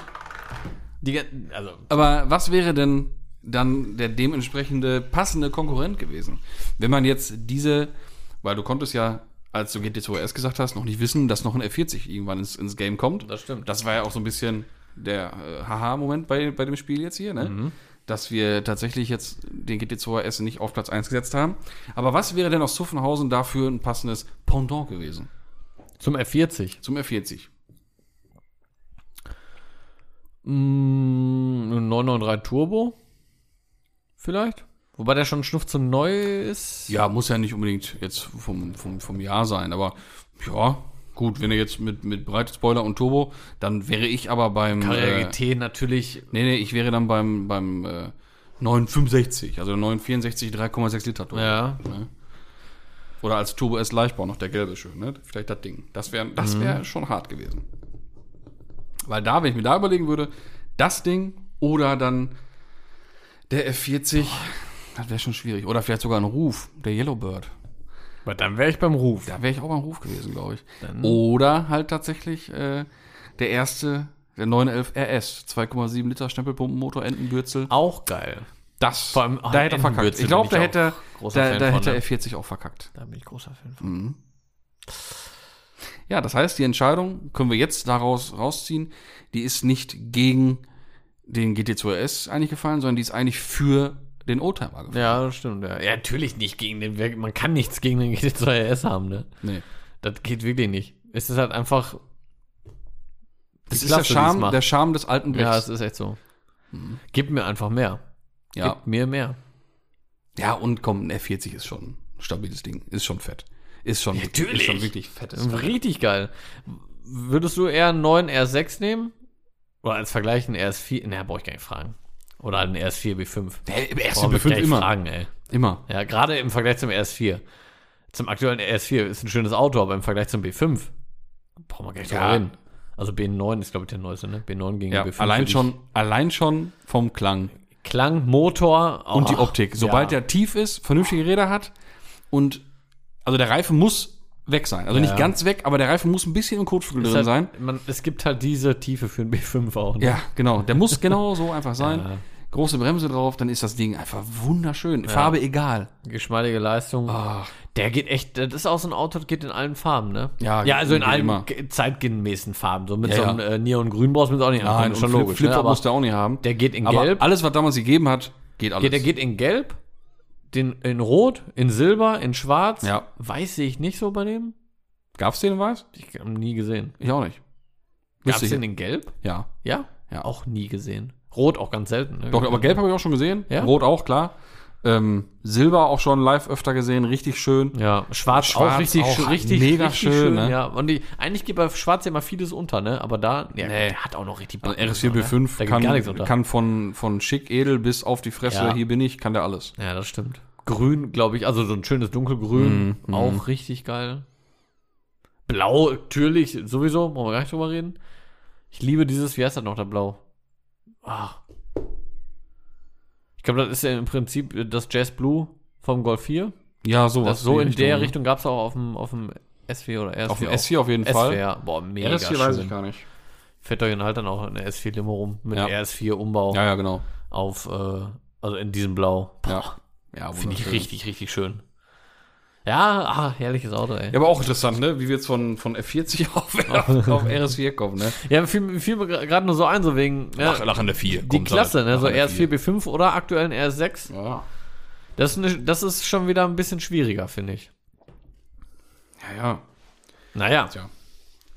[SPEAKER 2] Die, gan- also,
[SPEAKER 1] Aber was wäre denn dann der dementsprechende passende Konkurrent gewesen? Wenn man jetzt diese, weil du konntest ja, als du GT2S gesagt hast, noch nicht wissen, dass noch ein F40 irgendwann ins, ins Game kommt.
[SPEAKER 2] das stimmt.
[SPEAKER 1] Das war ja auch so ein bisschen der äh, Haha-Moment bei, bei dem Spiel jetzt hier, ne? Dass wir tatsächlich jetzt den GT2S nicht auf Platz 1 gesetzt haben. Aber was wäre denn aus Zuffenhausen dafür ein passendes Pendant gewesen
[SPEAKER 2] Zum F40.
[SPEAKER 1] zum F40?
[SPEAKER 2] Mm, ein 993 Turbo. Vielleicht. Wobei der schon schnuff zu neu ist.
[SPEAKER 1] Ja, muss ja nicht unbedingt jetzt vom, vom, vom Jahr sein, aber ja, gut, wenn er jetzt mit, mit breites Spoiler und Turbo, dann wäre ich aber beim.
[SPEAKER 2] Carrera
[SPEAKER 1] Äh,
[SPEAKER 2] GT natürlich.
[SPEAKER 1] nee, nee, ich wäre dann beim, beim äh, 965, also 964 3,6 Liter Turbo.
[SPEAKER 2] Ja.
[SPEAKER 1] Oder als Turbo S Leichtbau noch der gelbe schön, ne? Vielleicht das Ding. Das wäre das wär schon hart gewesen. Weil da, wenn ich mir da überlegen würde, das Ding oder dann der F40, das wäre schon schwierig. Oder vielleicht sogar ein Ruf, der Yellowbird.
[SPEAKER 2] Aber dann wäre ich beim Ruf.
[SPEAKER 1] Da wäre ich auch beim Ruf gewesen, glaube ich. Oder halt tatsächlich äh, der erste, der 911 RS, 2,7 Liter Stempelpumpenmotor, Entenbürzel.
[SPEAKER 2] Auch geil.
[SPEAKER 1] Das,
[SPEAKER 2] Vor allem, ah,
[SPEAKER 1] da hätte er verkackt.
[SPEAKER 2] Entenbürzel
[SPEAKER 1] Ich glaube,
[SPEAKER 2] bin
[SPEAKER 1] da
[SPEAKER 2] ich
[SPEAKER 1] hätte,
[SPEAKER 2] auch
[SPEAKER 1] er-
[SPEAKER 2] großer
[SPEAKER 1] da,
[SPEAKER 2] Fan
[SPEAKER 1] da
[SPEAKER 2] von,
[SPEAKER 1] hätte
[SPEAKER 2] ne?
[SPEAKER 1] er F40 auch verkackt.
[SPEAKER 2] Da bin ich großer Fan von.
[SPEAKER 1] Mhm. Ja, das heißt, die Entscheidung können wir jetzt daraus rausziehen. Die ist nicht gegen den GT2S eigentlich gefallen, sondern die ist eigentlich für den Oldtimer gefallen.
[SPEAKER 2] Ja, das stimmt. Ja. ja, natürlich nicht gegen den. Wer- Man kann nichts gegen den GT2RS haben, ne?
[SPEAKER 1] Nee.
[SPEAKER 2] Das geht wirklich nicht. Es ist halt einfach.
[SPEAKER 1] Das
[SPEAKER 2] Die
[SPEAKER 1] ist der
[SPEAKER 2] Klasse, die es
[SPEAKER 1] Charme,
[SPEAKER 2] macht.
[SPEAKER 1] der Charme des alten
[SPEAKER 2] Ja,
[SPEAKER 1] Rechts.
[SPEAKER 2] es ist echt so. Gib mir einfach mehr.
[SPEAKER 1] ja.
[SPEAKER 2] Gib mir mehr.
[SPEAKER 1] Ja, und komm, ein F40 ist schon ein stabiles Ding. Ist schon fett. Ist schon,
[SPEAKER 2] Natürlich.
[SPEAKER 1] Ist schon wirklich fettes. Teil.
[SPEAKER 2] Richtig geil. Würdest du eher einen neuen R6 nehmen? Oder als Vergleich einen RS4? Na, brauche ich gar nicht fragen. Oder halt einen RS4 B5.
[SPEAKER 1] Der erste
[SPEAKER 2] Brauche ich gar
[SPEAKER 1] B5
[SPEAKER 2] nicht
[SPEAKER 1] immer.
[SPEAKER 2] fragen, ey.
[SPEAKER 1] Immer.
[SPEAKER 2] Ja, gerade im Vergleich zum RS4. Zum aktuellen RS4 ist ein schönes Auto, aber im Vergleich zum B5 brauchen wir gar nicht
[SPEAKER 1] Ja.
[SPEAKER 2] drüber reden. Also B9 ist, glaube ich, der neueste, ne? B9 gegen
[SPEAKER 1] Ja,
[SPEAKER 2] B5.
[SPEAKER 1] allein
[SPEAKER 2] würde ich-
[SPEAKER 1] schon, allein schon vom Klang
[SPEAKER 2] Klang, Motor
[SPEAKER 1] und die
[SPEAKER 2] oh,
[SPEAKER 1] Optik. Sobald
[SPEAKER 2] ja.
[SPEAKER 1] der tief ist, vernünftige Räder hat und also der Reifen muss weg sein. Also nicht
[SPEAKER 2] Ja.
[SPEAKER 1] ganz weg, aber der Reifen muss ein bisschen im Kotflügel
[SPEAKER 2] Ist
[SPEAKER 1] drin
[SPEAKER 2] halt,
[SPEAKER 1] sein.
[SPEAKER 2] Man, es gibt halt diese Tiefe für einen B5 auch. ne?
[SPEAKER 1] Ja, genau. Der muss genau so einfach sein.
[SPEAKER 2] Ja.
[SPEAKER 1] Große Bremse drauf, dann ist das Ding einfach wunderschön. Farbe egal.
[SPEAKER 2] Geschmeidige Leistung.
[SPEAKER 1] Ach,
[SPEAKER 2] Der geht echt, das ist auch so ein Auto, das geht in allen Farben, ne?
[SPEAKER 1] Ja,
[SPEAKER 2] ja also in
[SPEAKER 1] geht
[SPEAKER 2] allen
[SPEAKER 1] immer.
[SPEAKER 2] ge- zeitgemäßen Farben. So mit
[SPEAKER 1] Ja,
[SPEAKER 2] so
[SPEAKER 1] ja.
[SPEAKER 2] einem äh, Neongrün brauchst du mit auch nicht anfangen,
[SPEAKER 1] nein,
[SPEAKER 2] ist
[SPEAKER 1] schon logisch. Flip,
[SPEAKER 2] ne?
[SPEAKER 1] Flipper
[SPEAKER 2] Aber
[SPEAKER 1] muss der auch nicht haben.
[SPEAKER 2] der geht in
[SPEAKER 1] aber
[SPEAKER 2] Gelb,
[SPEAKER 1] alles, was damals gegeben hat, geht alles.
[SPEAKER 2] geht, der geht in Gelb, den, in Rot, in Silber, in Schwarz.
[SPEAKER 1] Ja.
[SPEAKER 2] Weiß sehe ich nicht so bei dem.
[SPEAKER 1] Gab's den in weiß?
[SPEAKER 2] Ich habe ihn nie gesehen.
[SPEAKER 1] Ich auch nicht.
[SPEAKER 2] Gab es
[SPEAKER 1] ich-
[SPEAKER 2] den in Gelb?
[SPEAKER 1] Ja.
[SPEAKER 2] Ja?
[SPEAKER 1] Ja.
[SPEAKER 2] Auch nie gesehen. Rot auch ganz selten. Ne?
[SPEAKER 1] Doch, aber gelb habe ich auch schon gesehen.
[SPEAKER 2] Ja?
[SPEAKER 1] Rot auch, klar. Ähm, Silber auch schon live öfter gesehen, richtig schön.
[SPEAKER 2] Ja, schwarz,
[SPEAKER 1] Schwarz
[SPEAKER 2] auch richtig,
[SPEAKER 1] auch
[SPEAKER 2] schön- richtig,
[SPEAKER 1] mega
[SPEAKER 2] richtig
[SPEAKER 1] schön, ne?
[SPEAKER 2] Ja, und die, eigentlich geht bei Schwarz ja immer vieles unter, ne? Aber da, ja,
[SPEAKER 1] Nee.
[SPEAKER 2] der hat auch noch richtig.
[SPEAKER 1] Also
[SPEAKER 2] Backen, ne?
[SPEAKER 1] RS4B5
[SPEAKER 2] da geht gar nichts
[SPEAKER 1] kann,
[SPEAKER 2] unter.
[SPEAKER 1] kann von, von schick, edel bis auf die Fresse,
[SPEAKER 2] Ja.
[SPEAKER 1] hier bin ich, kann der alles.
[SPEAKER 2] Ja, das stimmt. Grün, glaube ich, also so ein schönes dunkelgrün,
[SPEAKER 1] Mhm,
[SPEAKER 2] auch richtig geil. Blau, natürlich, sowieso, brauchen wir gar nicht drüber reden. Ich liebe dieses, wie heißt das noch, der Blau? Ach. Ich glaube, das ist ja im Prinzip das Jazz Blue vom Golf 4.
[SPEAKER 1] Ja, sowas.
[SPEAKER 2] Das so in
[SPEAKER 1] die
[SPEAKER 2] der
[SPEAKER 1] ne?
[SPEAKER 2] Richtung gab es auch auf dem, auf dem S4 oder RS4.
[SPEAKER 1] Auf dem
[SPEAKER 2] auch.
[SPEAKER 1] S4 auf jeden Fall.
[SPEAKER 2] S4, ja. Boah, mega
[SPEAKER 1] RS4 weiß ich gar nicht.
[SPEAKER 2] Fährt euch dann halt dann auch eine S4-Limo rum mit
[SPEAKER 1] Ja.
[SPEAKER 2] RS4-Umbau
[SPEAKER 1] Ja, ja, genau.
[SPEAKER 2] auf, äh, also in diesem Blau.
[SPEAKER 1] Ja. Ja,
[SPEAKER 2] Finde ich
[SPEAKER 1] wunderschön.
[SPEAKER 2] richtig, richtig schön. Ja, ah, herrliches Auto, ey.
[SPEAKER 1] Ja, aber auch interessant, ne? Wie wir jetzt von, von F40 auf, auf, auf RS4 kommen, ne?
[SPEAKER 2] Ja, fiel, fiel mir gra- gerade nur so ein, so wegen ja,
[SPEAKER 1] Lach- lachende 4.
[SPEAKER 2] die Klasse, ne? So RS4, B5 oder aktuellen RS6.
[SPEAKER 1] Ja.
[SPEAKER 2] Das ist, ne, das ist schon wieder ein bisschen schwieriger, finde ich.
[SPEAKER 1] ja, ja.
[SPEAKER 2] Naja,
[SPEAKER 1] Tja.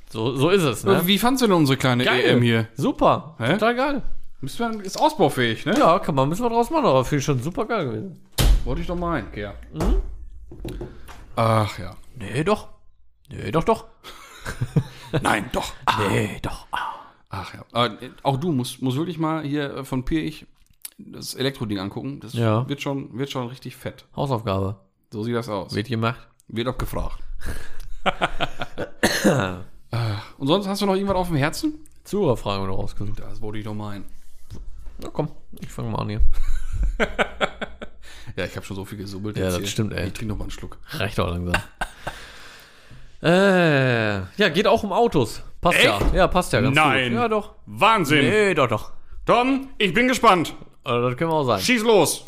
[SPEAKER 2] so, so ist es,
[SPEAKER 1] Ne?
[SPEAKER 2] ne?
[SPEAKER 1] Wie fandst du denn unsere kleine
[SPEAKER 2] Geil.
[SPEAKER 1] EM hier?
[SPEAKER 2] Super,
[SPEAKER 1] Hä?
[SPEAKER 2] total geil.
[SPEAKER 1] Müssen wir- Ist ausbaufähig, ne?
[SPEAKER 2] Ja, kann man, müssen wir draus machen, aber finde ich schon super geil gewesen.
[SPEAKER 1] Wollte ich doch mal ein, ja. Ach ja.
[SPEAKER 2] Nee, doch. Nee, doch, doch.
[SPEAKER 1] Nein, doch.
[SPEAKER 2] Nee, doch.
[SPEAKER 1] Ach ja. Aber, äh, auch du musst, musst wirklich mal hier äh, von Pirch das Elektroding angucken. Das
[SPEAKER 2] Ja.
[SPEAKER 1] wird, schon, wird schon richtig fett.
[SPEAKER 2] Hausaufgabe
[SPEAKER 1] So sieht das aus.
[SPEAKER 2] wird gemacht.
[SPEAKER 1] Wird abgefragt. Äh, Und sonst hast du noch irgendwas auf dem Herzen?
[SPEAKER 2] Zuhörerfragen noch rausgesucht.
[SPEAKER 1] Das wollte ich doch mal ein.
[SPEAKER 2] Na komm, ich fange mal an hier.
[SPEAKER 1] Ja, ich habe schon so viel gesubbelt.
[SPEAKER 2] Ja,
[SPEAKER 1] jetzt
[SPEAKER 2] das
[SPEAKER 1] hier.
[SPEAKER 2] stimmt, ey.
[SPEAKER 1] Ich trinke noch mal einen Schluck.
[SPEAKER 2] Reicht auch langsam. äh, ja, geht auch um Autos. Passt
[SPEAKER 1] Echt?
[SPEAKER 2] ja. Ja, passt ja ganz
[SPEAKER 1] Nein.
[SPEAKER 2] gut. Ja, doch.
[SPEAKER 1] Wahnsinn!
[SPEAKER 2] Nee, doch, doch.
[SPEAKER 1] Tom, ich bin gespannt.
[SPEAKER 2] Also, das können wir auch sein.
[SPEAKER 1] Schieß los!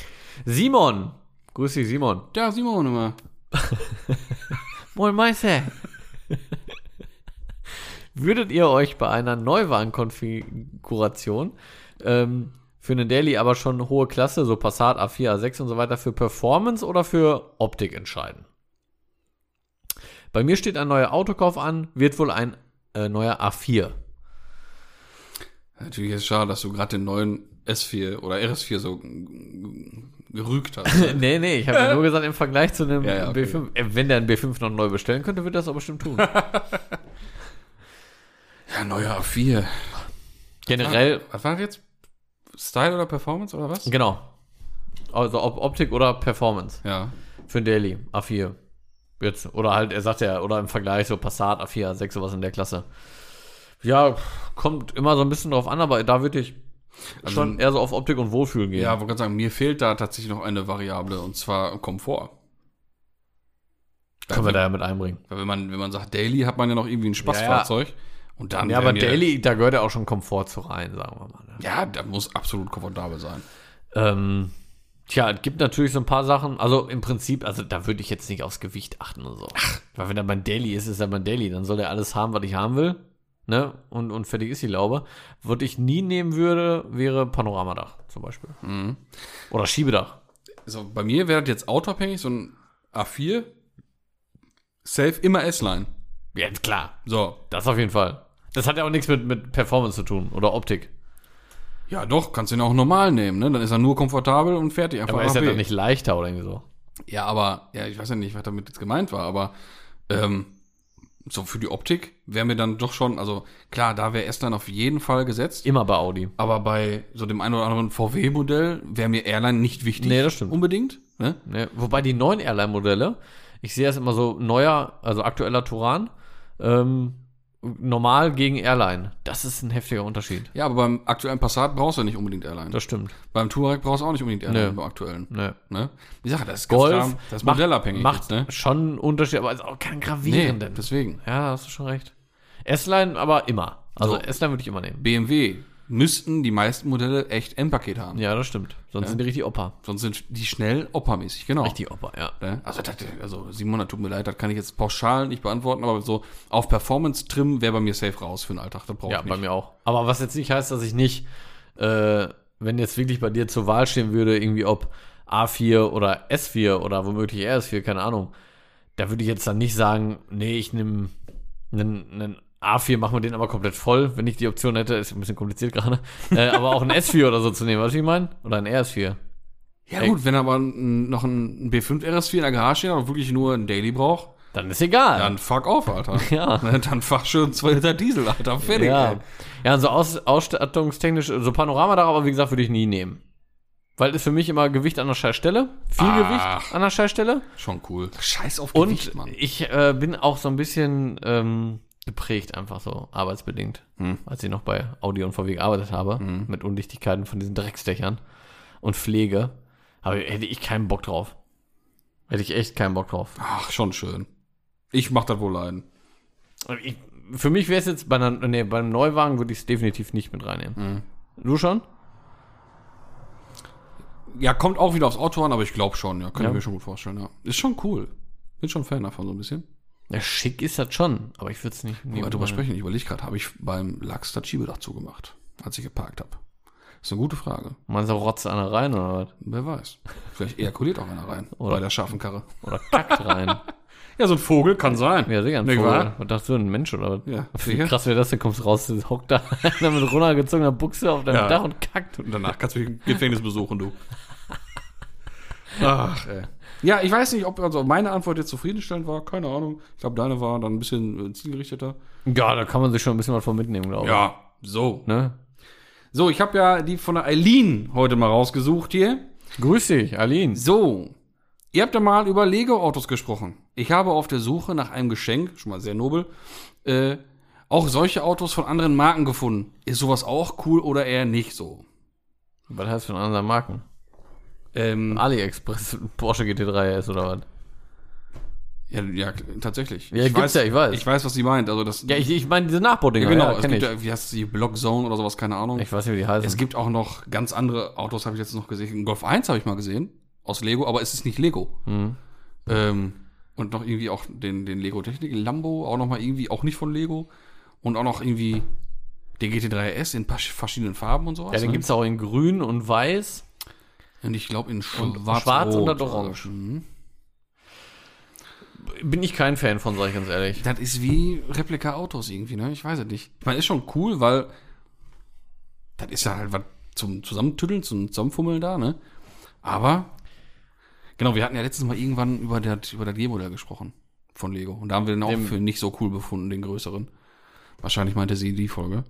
[SPEAKER 2] Simon. Grüß dich, Simon.
[SPEAKER 1] Da, Simon immer.
[SPEAKER 2] Moin Meister. Würdet ihr euch bei einer Neuwagenkonfiguration ähm, für einen Daily aber schon hohe Klasse, so Passat A4, A6 und so weiter, für Performance oder für Optik entscheiden? Bei mir steht ein neuer Autokauf an, wird wohl ein äh, neuer A4.
[SPEAKER 1] Natürlich ist es schade, dass du gerade den neuen S4 oder RS4 so mm, gerügt hast.
[SPEAKER 2] nee, nee, ich habe ja nur gesagt, im Vergleich zu einem
[SPEAKER 1] Ja, ja, okay.
[SPEAKER 2] B5, äh, wenn der einen B5 noch neu bestellen könnte, würde er das aber bestimmt tun.
[SPEAKER 1] ja, neuer A4.
[SPEAKER 2] Generell
[SPEAKER 1] Was war das jetzt? Style oder Performance oder was?
[SPEAKER 2] Genau. Also ob Optik oder Performance
[SPEAKER 1] Ja.
[SPEAKER 2] für ein Daily A4. Jetzt. Oder halt, er sagt ja, oder im Vergleich so Passat A4, A6, sowas in der Klasse. Ja, kommt immer so ein bisschen drauf an, aber da würde ich
[SPEAKER 1] Also-
[SPEAKER 2] schon eher so auf Optik und Wohlfühlen gehen.
[SPEAKER 1] Ja, wollte gerade sagen, mir fehlt da tatsächlich noch eine Variable und zwar Komfort.
[SPEAKER 2] können wir
[SPEAKER 1] also
[SPEAKER 2] da ja mit einbringen.
[SPEAKER 1] Weil wenn man, wenn man sagt Daily, hat man ja noch irgendwie ein Spaßfahrzeug. Und dann
[SPEAKER 2] Ja, aber
[SPEAKER 1] wäre mir-
[SPEAKER 2] Daily, da gehört ja auch schon Komfort zu rein, sagen wir mal. Ne?
[SPEAKER 1] Ja, da muss absolut komfortabel sein.
[SPEAKER 2] Ähm, tja, es gibt natürlich so ein paar Sachen. Also im Prinzip, also da würde ich jetzt nicht aufs Gewicht achten und so. Weil wenn er mein Daily ist, ist er mein Daily. Dann soll er alles haben, was ich haben will. Ne? Und, und fertig ist die Laube. Was ich nie nehmen würde, wäre Panoramadach zum Beispiel. Oder Schiebedach.
[SPEAKER 1] Also bei mir wäre das jetzt autoabhängig, so ein A4, safe immer S-Line.
[SPEAKER 2] Ja, klar.
[SPEAKER 1] So.
[SPEAKER 2] Das auf jeden Fall. Das hat ja auch nichts mit, mit Performance zu tun oder Optik.
[SPEAKER 1] Ja, doch, kannst du ihn auch normal nehmen, ne? Dann ist er nur komfortabel und fertig. Einfach
[SPEAKER 2] Aber ist ja
[SPEAKER 1] AB.
[SPEAKER 2] dann nicht leichter oder irgendwie so.
[SPEAKER 1] Ja, aber, ja, ich weiß ja nicht, was damit jetzt gemeint war, aber ähm, so für die Optik wäre mir dann doch schon, also klar, da wäre S-Line auf jeden Fall gesetzt.
[SPEAKER 2] Immer bei Audi.
[SPEAKER 1] Aber bei so dem einen oder anderen VW-Modell wäre mir Airline nicht wichtig.
[SPEAKER 2] Nee, das stimmt.
[SPEAKER 1] Unbedingt. Ne?
[SPEAKER 2] Ne? Wobei die neuen Airline-Modelle, ich sehe das immer so neuer, also aktueller Turan, ähm, normal gegen Airline. Das ist ein heftiger Unterschied.
[SPEAKER 1] Ja, aber beim aktuellen Passat brauchst du nicht unbedingt Airline.
[SPEAKER 2] Das stimmt.
[SPEAKER 1] beim Touareg brauchst du auch nicht unbedingt Airline
[SPEAKER 2] Nee.
[SPEAKER 1] beim aktuellen.
[SPEAKER 2] Ne.
[SPEAKER 1] Ne? Die Sache, das ist ganz
[SPEAKER 2] Golf
[SPEAKER 1] klar, das ist
[SPEAKER 2] macht-
[SPEAKER 1] modellabhängig.
[SPEAKER 2] Macht
[SPEAKER 1] jetzt, ne?
[SPEAKER 2] schon einen Unterschied, aber ist auch kein
[SPEAKER 1] Nee,
[SPEAKER 2] gravierenden.
[SPEAKER 1] deswegen.
[SPEAKER 2] ja, da hast du schon recht. S-Line aber immer. Also
[SPEAKER 1] So.
[SPEAKER 2] S-Line würde ich immer nehmen.
[SPEAKER 1] BMW müssten die meisten Modelle echt M-Paket haben.
[SPEAKER 2] Ja, das stimmt. Sonst sind die richtig Opa.
[SPEAKER 1] Sonst sind die schnell oppermäßig, genau.
[SPEAKER 2] Richtig Opa, ja.
[SPEAKER 1] Ne? Also, das, also 700, tut mir leid, das kann ich jetzt pauschal nicht beantworten, aber so auf Performance-Trim wäre bei mir safe raus für den Alltag. Da brauche
[SPEAKER 2] Ja,
[SPEAKER 1] ich
[SPEAKER 2] bei
[SPEAKER 1] nicht.
[SPEAKER 2] mir auch. Aber was jetzt nicht heißt, dass ich nicht, äh, wenn jetzt wirklich bei dir zur Wahl stehen würde, irgendwie ob A4 oder S4 oder womöglich RS4, keine Ahnung, da würde ich jetzt dann nicht sagen, nee, ich nehme einen, einen A4 machen wir den aber komplett voll. Wenn ich die Option hätte, ist ein bisschen kompliziert gerade. Äh, aber auch ein S4 oder so zu nehmen, weißt du, wie ich meine? Oder ein RS4.
[SPEAKER 1] Ja, gut, wenn er aber n- noch ein B5 RS4 in der Garage steht, aber wirklich nur ein Daily braucht,
[SPEAKER 2] Dann ist egal.
[SPEAKER 1] dann fuck auf, Alter.
[SPEAKER 2] Ja.
[SPEAKER 1] Ne, Dann fahr schön 2 Liter Diesel, Alter. Fertig.
[SPEAKER 2] ja.
[SPEAKER 1] ey.
[SPEAKER 2] ja, so aus, ausstattungstechnisch, so Panoramadach, aber wie gesagt, würde ich nie nehmen. Weil ist für mich immer Gewicht an der Scheißstelle. Viel
[SPEAKER 1] Ach.
[SPEAKER 2] Gewicht an der Scheißstelle.
[SPEAKER 1] Schon cool. Scheiß auf
[SPEAKER 2] Und
[SPEAKER 1] Ah. Gewicht, Mann.
[SPEAKER 2] ich äh, bin auch so ein bisschen ähm, geprägt, einfach so arbeitsbedingt,
[SPEAKER 1] Hm.
[SPEAKER 2] als ich noch bei Audi und VW gearbeitet habe, mit Undichtigkeiten von diesen Drecksdächern und Pflege. Aber hätte ich keinen Bock drauf. Hätte ich echt keinen Bock drauf.
[SPEAKER 1] Ach, schon schön. Ich mach das wohl ein.
[SPEAKER 2] Ich, für mich wäre es jetzt bei, einer, nee, beim Neuwagen würde ich es definitiv nicht mit reinnehmen.
[SPEAKER 1] Hm.
[SPEAKER 2] Du schon?
[SPEAKER 1] Ja, kommt auch wieder aufs Auto an, aber ich glaube schon, ja. Kann
[SPEAKER 2] Ja.
[SPEAKER 1] ich mir schon gut vorstellen, ja. Ist schon cool. Bin schon Fan davon, so ein bisschen.
[SPEAKER 2] Ja, schick ist das schon, aber ich würde es nicht
[SPEAKER 1] Wo wir
[SPEAKER 2] nehmen.
[SPEAKER 1] drüber sprechen, ich überlege gerade, habe ich beim Lachs das Schiebedach zugemacht, als ich geparkt habe? Ist eine gute Frage.
[SPEAKER 2] Meinst du, rotzt einer rein oder was?
[SPEAKER 1] Wer weiß. Vielleicht ejakuliert auch einer rein.
[SPEAKER 2] Oder-
[SPEAKER 1] Bei der scharfen Karre.
[SPEAKER 2] Oder kackt rein?
[SPEAKER 1] Ja, so ein Vogel kann sein.
[SPEAKER 2] Ja, sicher. Ein
[SPEAKER 1] Nicht
[SPEAKER 2] Vogel.
[SPEAKER 1] wahr?
[SPEAKER 2] Was dachtest du, ein Mensch oder was?
[SPEAKER 1] Ja,
[SPEAKER 2] Wie
[SPEAKER 1] sicher.
[SPEAKER 2] krass wäre das denn? Kommst raus, hockt da einer mit runtergezogener Buchse auf deinem
[SPEAKER 1] Ja.
[SPEAKER 2] Dach und kackt.
[SPEAKER 1] Und danach kannst du mich im Gefängnis besuchen, du. Ach, ey. Ja, ich weiß nicht, ob also meine Antwort jetzt zufriedenstellend war. Keine Ahnung. Ich glaube, deine war dann ein bisschen äh, zielgerichteter.
[SPEAKER 2] Ja, da kann man sich schon ein bisschen was von mitnehmen, glaube ich.
[SPEAKER 1] Ja, so.
[SPEAKER 2] Ne?
[SPEAKER 1] So, ich habe ja die von der Eileen heute mal rausgesucht hier.
[SPEAKER 2] Grüß dich, Aline.
[SPEAKER 1] So, ihr habt ja mal über Lego-Autos gesprochen. Ich habe auf der Suche nach einem Geschenk, schon mal sehr nobel, äh, auch solche Autos von anderen Marken gefunden. Ist sowas auch cool oder eher nicht so?
[SPEAKER 2] Was heißt von anderen Marken?
[SPEAKER 1] Ähm,
[SPEAKER 2] AliExpress, Porsche GT3 S oder was?
[SPEAKER 1] ja, ja, tatsächlich.
[SPEAKER 2] Ja, gibt's ja, ich weiß.
[SPEAKER 1] Ich weiß, was sie meint. Also das,
[SPEAKER 2] Ja, ich, ich meine diese Nachbaudinger.
[SPEAKER 1] Ja, genau.
[SPEAKER 2] ja,
[SPEAKER 1] es
[SPEAKER 2] kenn
[SPEAKER 1] gibt
[SPEAKER 2] ich.
[SPEAKER 1] ja, wie heißt die, Blockzone oder sowas, keine Ahnung.
[SPEAKER 2] ich weiß nicht, wie die heißen.
[SPEAKER 1] Es gibt auch noch ganz andere Autos, habe ich jetzt noch gesehen. Einen Golf 1 habe ich mal gesehen, aus Lego, aber es ist nicht Lego.
[SPEAKER 2] Mhm.
[SPEAKER 1] Ähm, und noch irgendwie auch den, den Lego Technik, Lambo, auch noch mal irgendwie, auch nicht von Lego. Und auch noch irgendwie den GT3S in pasch- verschiedenen Farben und sowas.
[SPEAKER 2] ja, den
[SPEAKER 1] ne?
[SPEAKER 2] gibt es auch in grün und weiß.
[SPEAKER 1] und ich glaube in schwarz,
[SPEAKER 2] schwarz und
[SPEAKER 1] rot.
[SPEAKER 2] dann orange.
[SPEAKER 1] Mhm.
[SPEAKER 2] Bin ich kein Fan von, sag ich ganz ehrlich.
[SPEAKER 1] Das ist wie Replika-Autos irgendwie, ne? Ich weiß es nicht. Ich meine, ist schon cool, weil das ist ja halt was zum Zusammentütteln, zum Zusammenfummeln da, ne? Aber, genau, wir hatten ja letztes Mal irgendwann über das, über das G-Modell gesprochen von Lego. Und da haben wir den auch
[SPEAKER 2] Dem-
[SPEAKER 1] für nicht so cool befunden, den größeren. Wahrscheinlich meinte sie die Folge.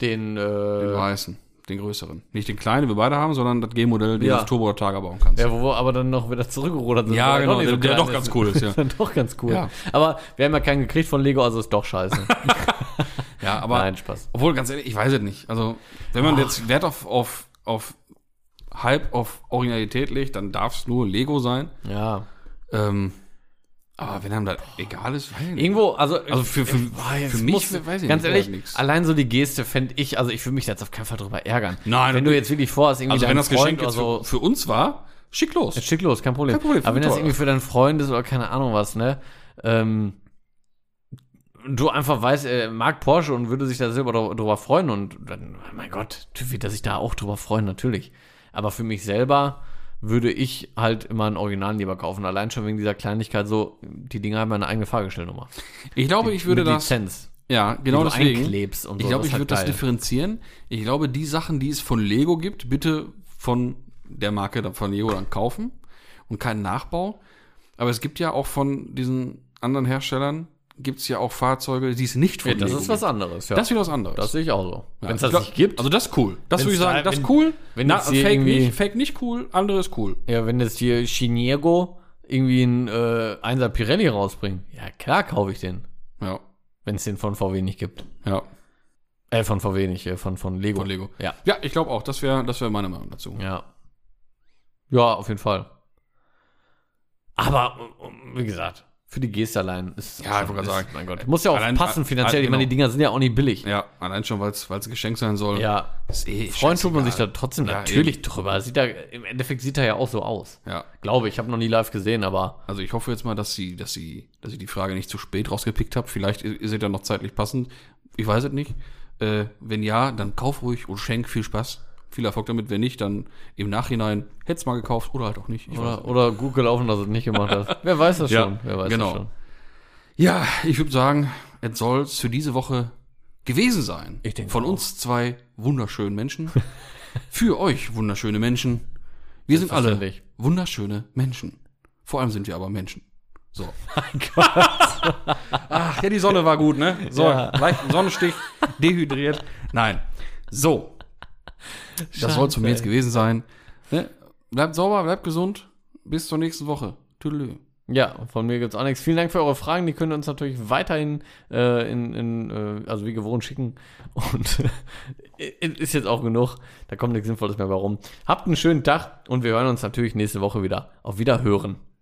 [SPEAKER 2] Den, äh,
[SPEAKER 1] Den weißen, den größeren. Nicht den kleinen, den wir beide haben, sondern das G-Modell, den
[SPEAKER 2] Ja.
[SPEAKER 1] du auf Turbo-Tager bauen kannst.
[SPEAKER 2] Ja, wo wir aber dann noch wieder zurückgerudert sind.
[SPEAKER 1] Ja,
[SPEAKER 2] weil er
[SPEAKER 1] genau,
[SPEAKER 2] nicht
[SPEAKER 1] der- der
[SPEAKER 2] klein
[SPEAKER 1] doch ganz cool ist, ja.
[SPEAKER 2] Dann doch ganz cool.
[SPEAKER 1] Ja.
[SPEAKER 2] Aber wir haben ja keinen gekriegt von Lego, also ist doch scheiße.
[SPEAKER 1] Ja, aber
[SPEAKER 2] Nein, Spaß.
[SPEAKER 1] Obwohl, ganz ehrlich, ich weiß es nicht. Also, wenn man jetzt Wert auf, auf, auf Hype, auf Originalität legt, dann darf es nur Lego sein.
[SPEAKER 2] Ja.
[SPEAKER 1] Ähm, aber wenn einem das egal ist, weiß ich nicht.
[SPEAKER 2] Irgendwo, also,
[SPEAKER 1] Also für- für-
[SPEAKER 2] boah, jetzt
[SPEAKER 1] für mich,
[SPEAKER 2] muss-
[SPEAKER 1] weiß ich
[SPEAKER 2] ganz
[SPEAKER 1] nicht,
[SPEAKER 2] ehrlich,
[SPEAKER 1] wäre nix.
[SPEAKER 2] allein so die Geste fände ich, also ich würde mich da jetzt auf keinen Fall drüber ärgern.
[SPEAKER 1] Nein,
[SPEAKER 2] wenn du jetzt wirklich vorhast, irgendwie
[SPEAKER 1] Also, wenn
[SPEAKER 2] deinen
[SPEAKER 1] das Geschenk
[SPEAKER 2] Freund
[SPEAKER 1] jetzt
[SPEAKER 2] oder so,
[SPEAKER 1] für, für uns war, schick los.
[SPEAKER 2] schick los, kein Problem.
[SPEAKER 1] Kein Problem,
[SPEAKER 2] aber wenn das
[SPEAKER 1] toll.
[SPEAKER 2] irgendwie für deinen Freund ist oder keine Ahnung was, ne, ähm, du einfach weißt, er mag Porsche und würde sich da selber dr- drüber freuen und dann, mein Gott, Typ wird er sich da auch drüber freuen, natürlich. Aber für mich selber würde ich halt immer einen Original lieber kaufen. Allein schon wegen dieser Kleinigkeit so, die Dinger haben ja eine eigene Fahrgestellnummer.
[SPEAKER 1] Ich glaube, ich würde
[SPEAKER 2] Mit
[SPEAKER 1] das.
[SPEAKER 2] Lizenz.
[SPEAKER 1] Ja, genau
[SPEAKER 2] du
[SPEAKER 1] deswegen.
[SPEAKER 2] einklebst und
[SPEAKER 1] Ich
[SPEAKER 2] so,
[SPEAKER 1] glaube,
[SPEAKER 2] das
[SPEAKER 1] ich
[SPEAKER 2] ist halt
[SPEAKER 1] würde das
[SPEAKER 2] geil.
[SPEAKER 1] differenzieren. Ich glaube, die Sachen, die es von Lego gibt, bitte von der Marke dann von Lego dann kaufen und keinen Nachbau. Aber es gibt ja auch von diesen anderen Herstellern, gibt es ja auch Fahrzeuge, die es nicht von
[SPEAKER 2] Ja, das
[SPEAKER 1] Lego
[SPEAKER 2] ist was
[SPEAKER 1] gibt.
[SPEAKER 2] anderes, ja.
[SPEAKER 1] Das ist wieder was anderes.
[SPEAKER 2] Das sehe ich auch so.
[SPEAKER 1] Ja,
[SPEAKER 2] Wenn es
[SPEAKER 1] ich
[SPEAKER 2] das
[SPEAKER 1] glaub-
[SPEAKER 2] nicht gibt,
[SPEAKER 1] Also das ist cool. Das
[SPEAKER 2] Wenn's
[SPEAKER 1] würde ich sagen,
[SPEAKER 2] da-
[SPEAKER 1] das ist
[SPEAKER 2] wenn-
[SPEAKER 1] cool.
[SPEAKER 2] wenn jetzt hier
[SPEAKER 1] fake,
[SPEAKER 2] irgendwie-
[SPEAKER 1] nicht, fake nicht cool, andere ist cool.
[SPEAKER 2] Ja, wenn jetzt hier Chiniego irgendwie ein äh, 1er Pirelli rausbringt, ja klar kaufe ich den,
[SPEAKER 1] Ja,
[SPEAKER 2] wenn es den von VW nicht gibt.
[SPEAKER 1] ja,
[SPEAKER 2] Äh, von VW nicht, äh, von, von Lego.
[SPEAKER 1] von Lego.
[SPEAKER 2] Ja.
[SPEAKER 1] ja ich glaube auch, das wäre das wär meine Meinung dazu.
[SPEAKER 2] Ja. Ja, auf jeden Fall. Aber, um, um, wie gesagt, für die Geste allein ist
[SPEAKER 1] Ja, ich wollte gerade
[SPEAKER 2] ist-
[SPEAKER 1] sagen. äh,
[SPEAKER 2] Mein Gott, muss ja auch
[SPEAKER 1] Allein-
[SPEAKER 2] passen finanziell.
[SPEAKER 1] allein-
[SPEAKER 2] Ich meine, die
[SPEAKER 1] genau.
[SPEAKER 2] Dinger sind ja auch nicht billig. Ja.
[SPEAKER 1] Ja, allein schon, weil es ein Geschenk sein soll. Ist eh
[SPEAKER 2] Freund tut man
[SPEAKER 1] scheißegal.
[SPEAKER 2] sich da trotzdem
[SPEAKER 1] Ja,
[SPEAKER 2] natürlich drüber. Sieht da, Im Endeffekt sieht er ja auch so aus.
[SPEAKER 1] Ja,
[SPEAKER 2] Glaube ich, habe noch nie live gesehen, aber
[SPEAKER 1] also ich hoffe jetzt mal, dass sie, dass sie, dass ich die Frage nicht zu spät rausgepickt habe. Vielleicht i- ist sie dann noch zeitlich passend. Ich weiß es nicht. Äh, wenn ja, dann kauf ruhig und schenk viel Spaß. Viel Erfolg damit. Wenn nicht, dann im Nachhinein hätt's mal gekauft oder halt auch nicht. Ich weiß
[SPEAKER 2] Oder, oder gut gelaufen, dass er es nicht gemacht hat. Wer weiß das
[SPEAKER 1] Ja,
[SPEAKER 2] schon? Wer weiß
[SPEAKER 1] genau.
[SPEAKER 2] das schon?
[SPEAKER 1] es. Ja, ich würde sagen, Es soll's für diese Woche gewesen sein.
[SPEAKER 2] Ich denke
[SPEAKER 1] Von
[SPEAKER 2] auch.
[SPEAKER 1] uns zwei wunderschönen Menschen. für euch wunderschöne Menschen. Wir sind alle
[SPEAKER 2] Selbstverständlich.
[SPEAKER 1] wunderschöne Menschen. Vor allem sind wir aber Menschen. So. Ach, ja, die Sonne war gut, ne? So,
[SPEAKER 2] Ja.
[SPEAKER 1] leicht im Sonnenstich, dehydriert. Nein. So. Das soll es von mir
[SPEAKER 2] ey.
[SPEAKER 1] jetzt gewesen sein. Ne? Bleibt sauber, bleibt gesund. Bis zur nächsten Woche. Tüdelü.
[SPEAKER 2] Ja, von mir gibt's auch nichts. Vielen Dank für eure Fragen. Die könnt ihr uns natürlich weiterhin äh, in, in äh, also wie gewohnt schicken. Und äh, ist jetzt auch genug. Da kommt nichts Sinnvolles mehr bei rum. Habt einen schönen Tag und wir hören uns natürlich nächste Woche wieder. Auf Wiederhören.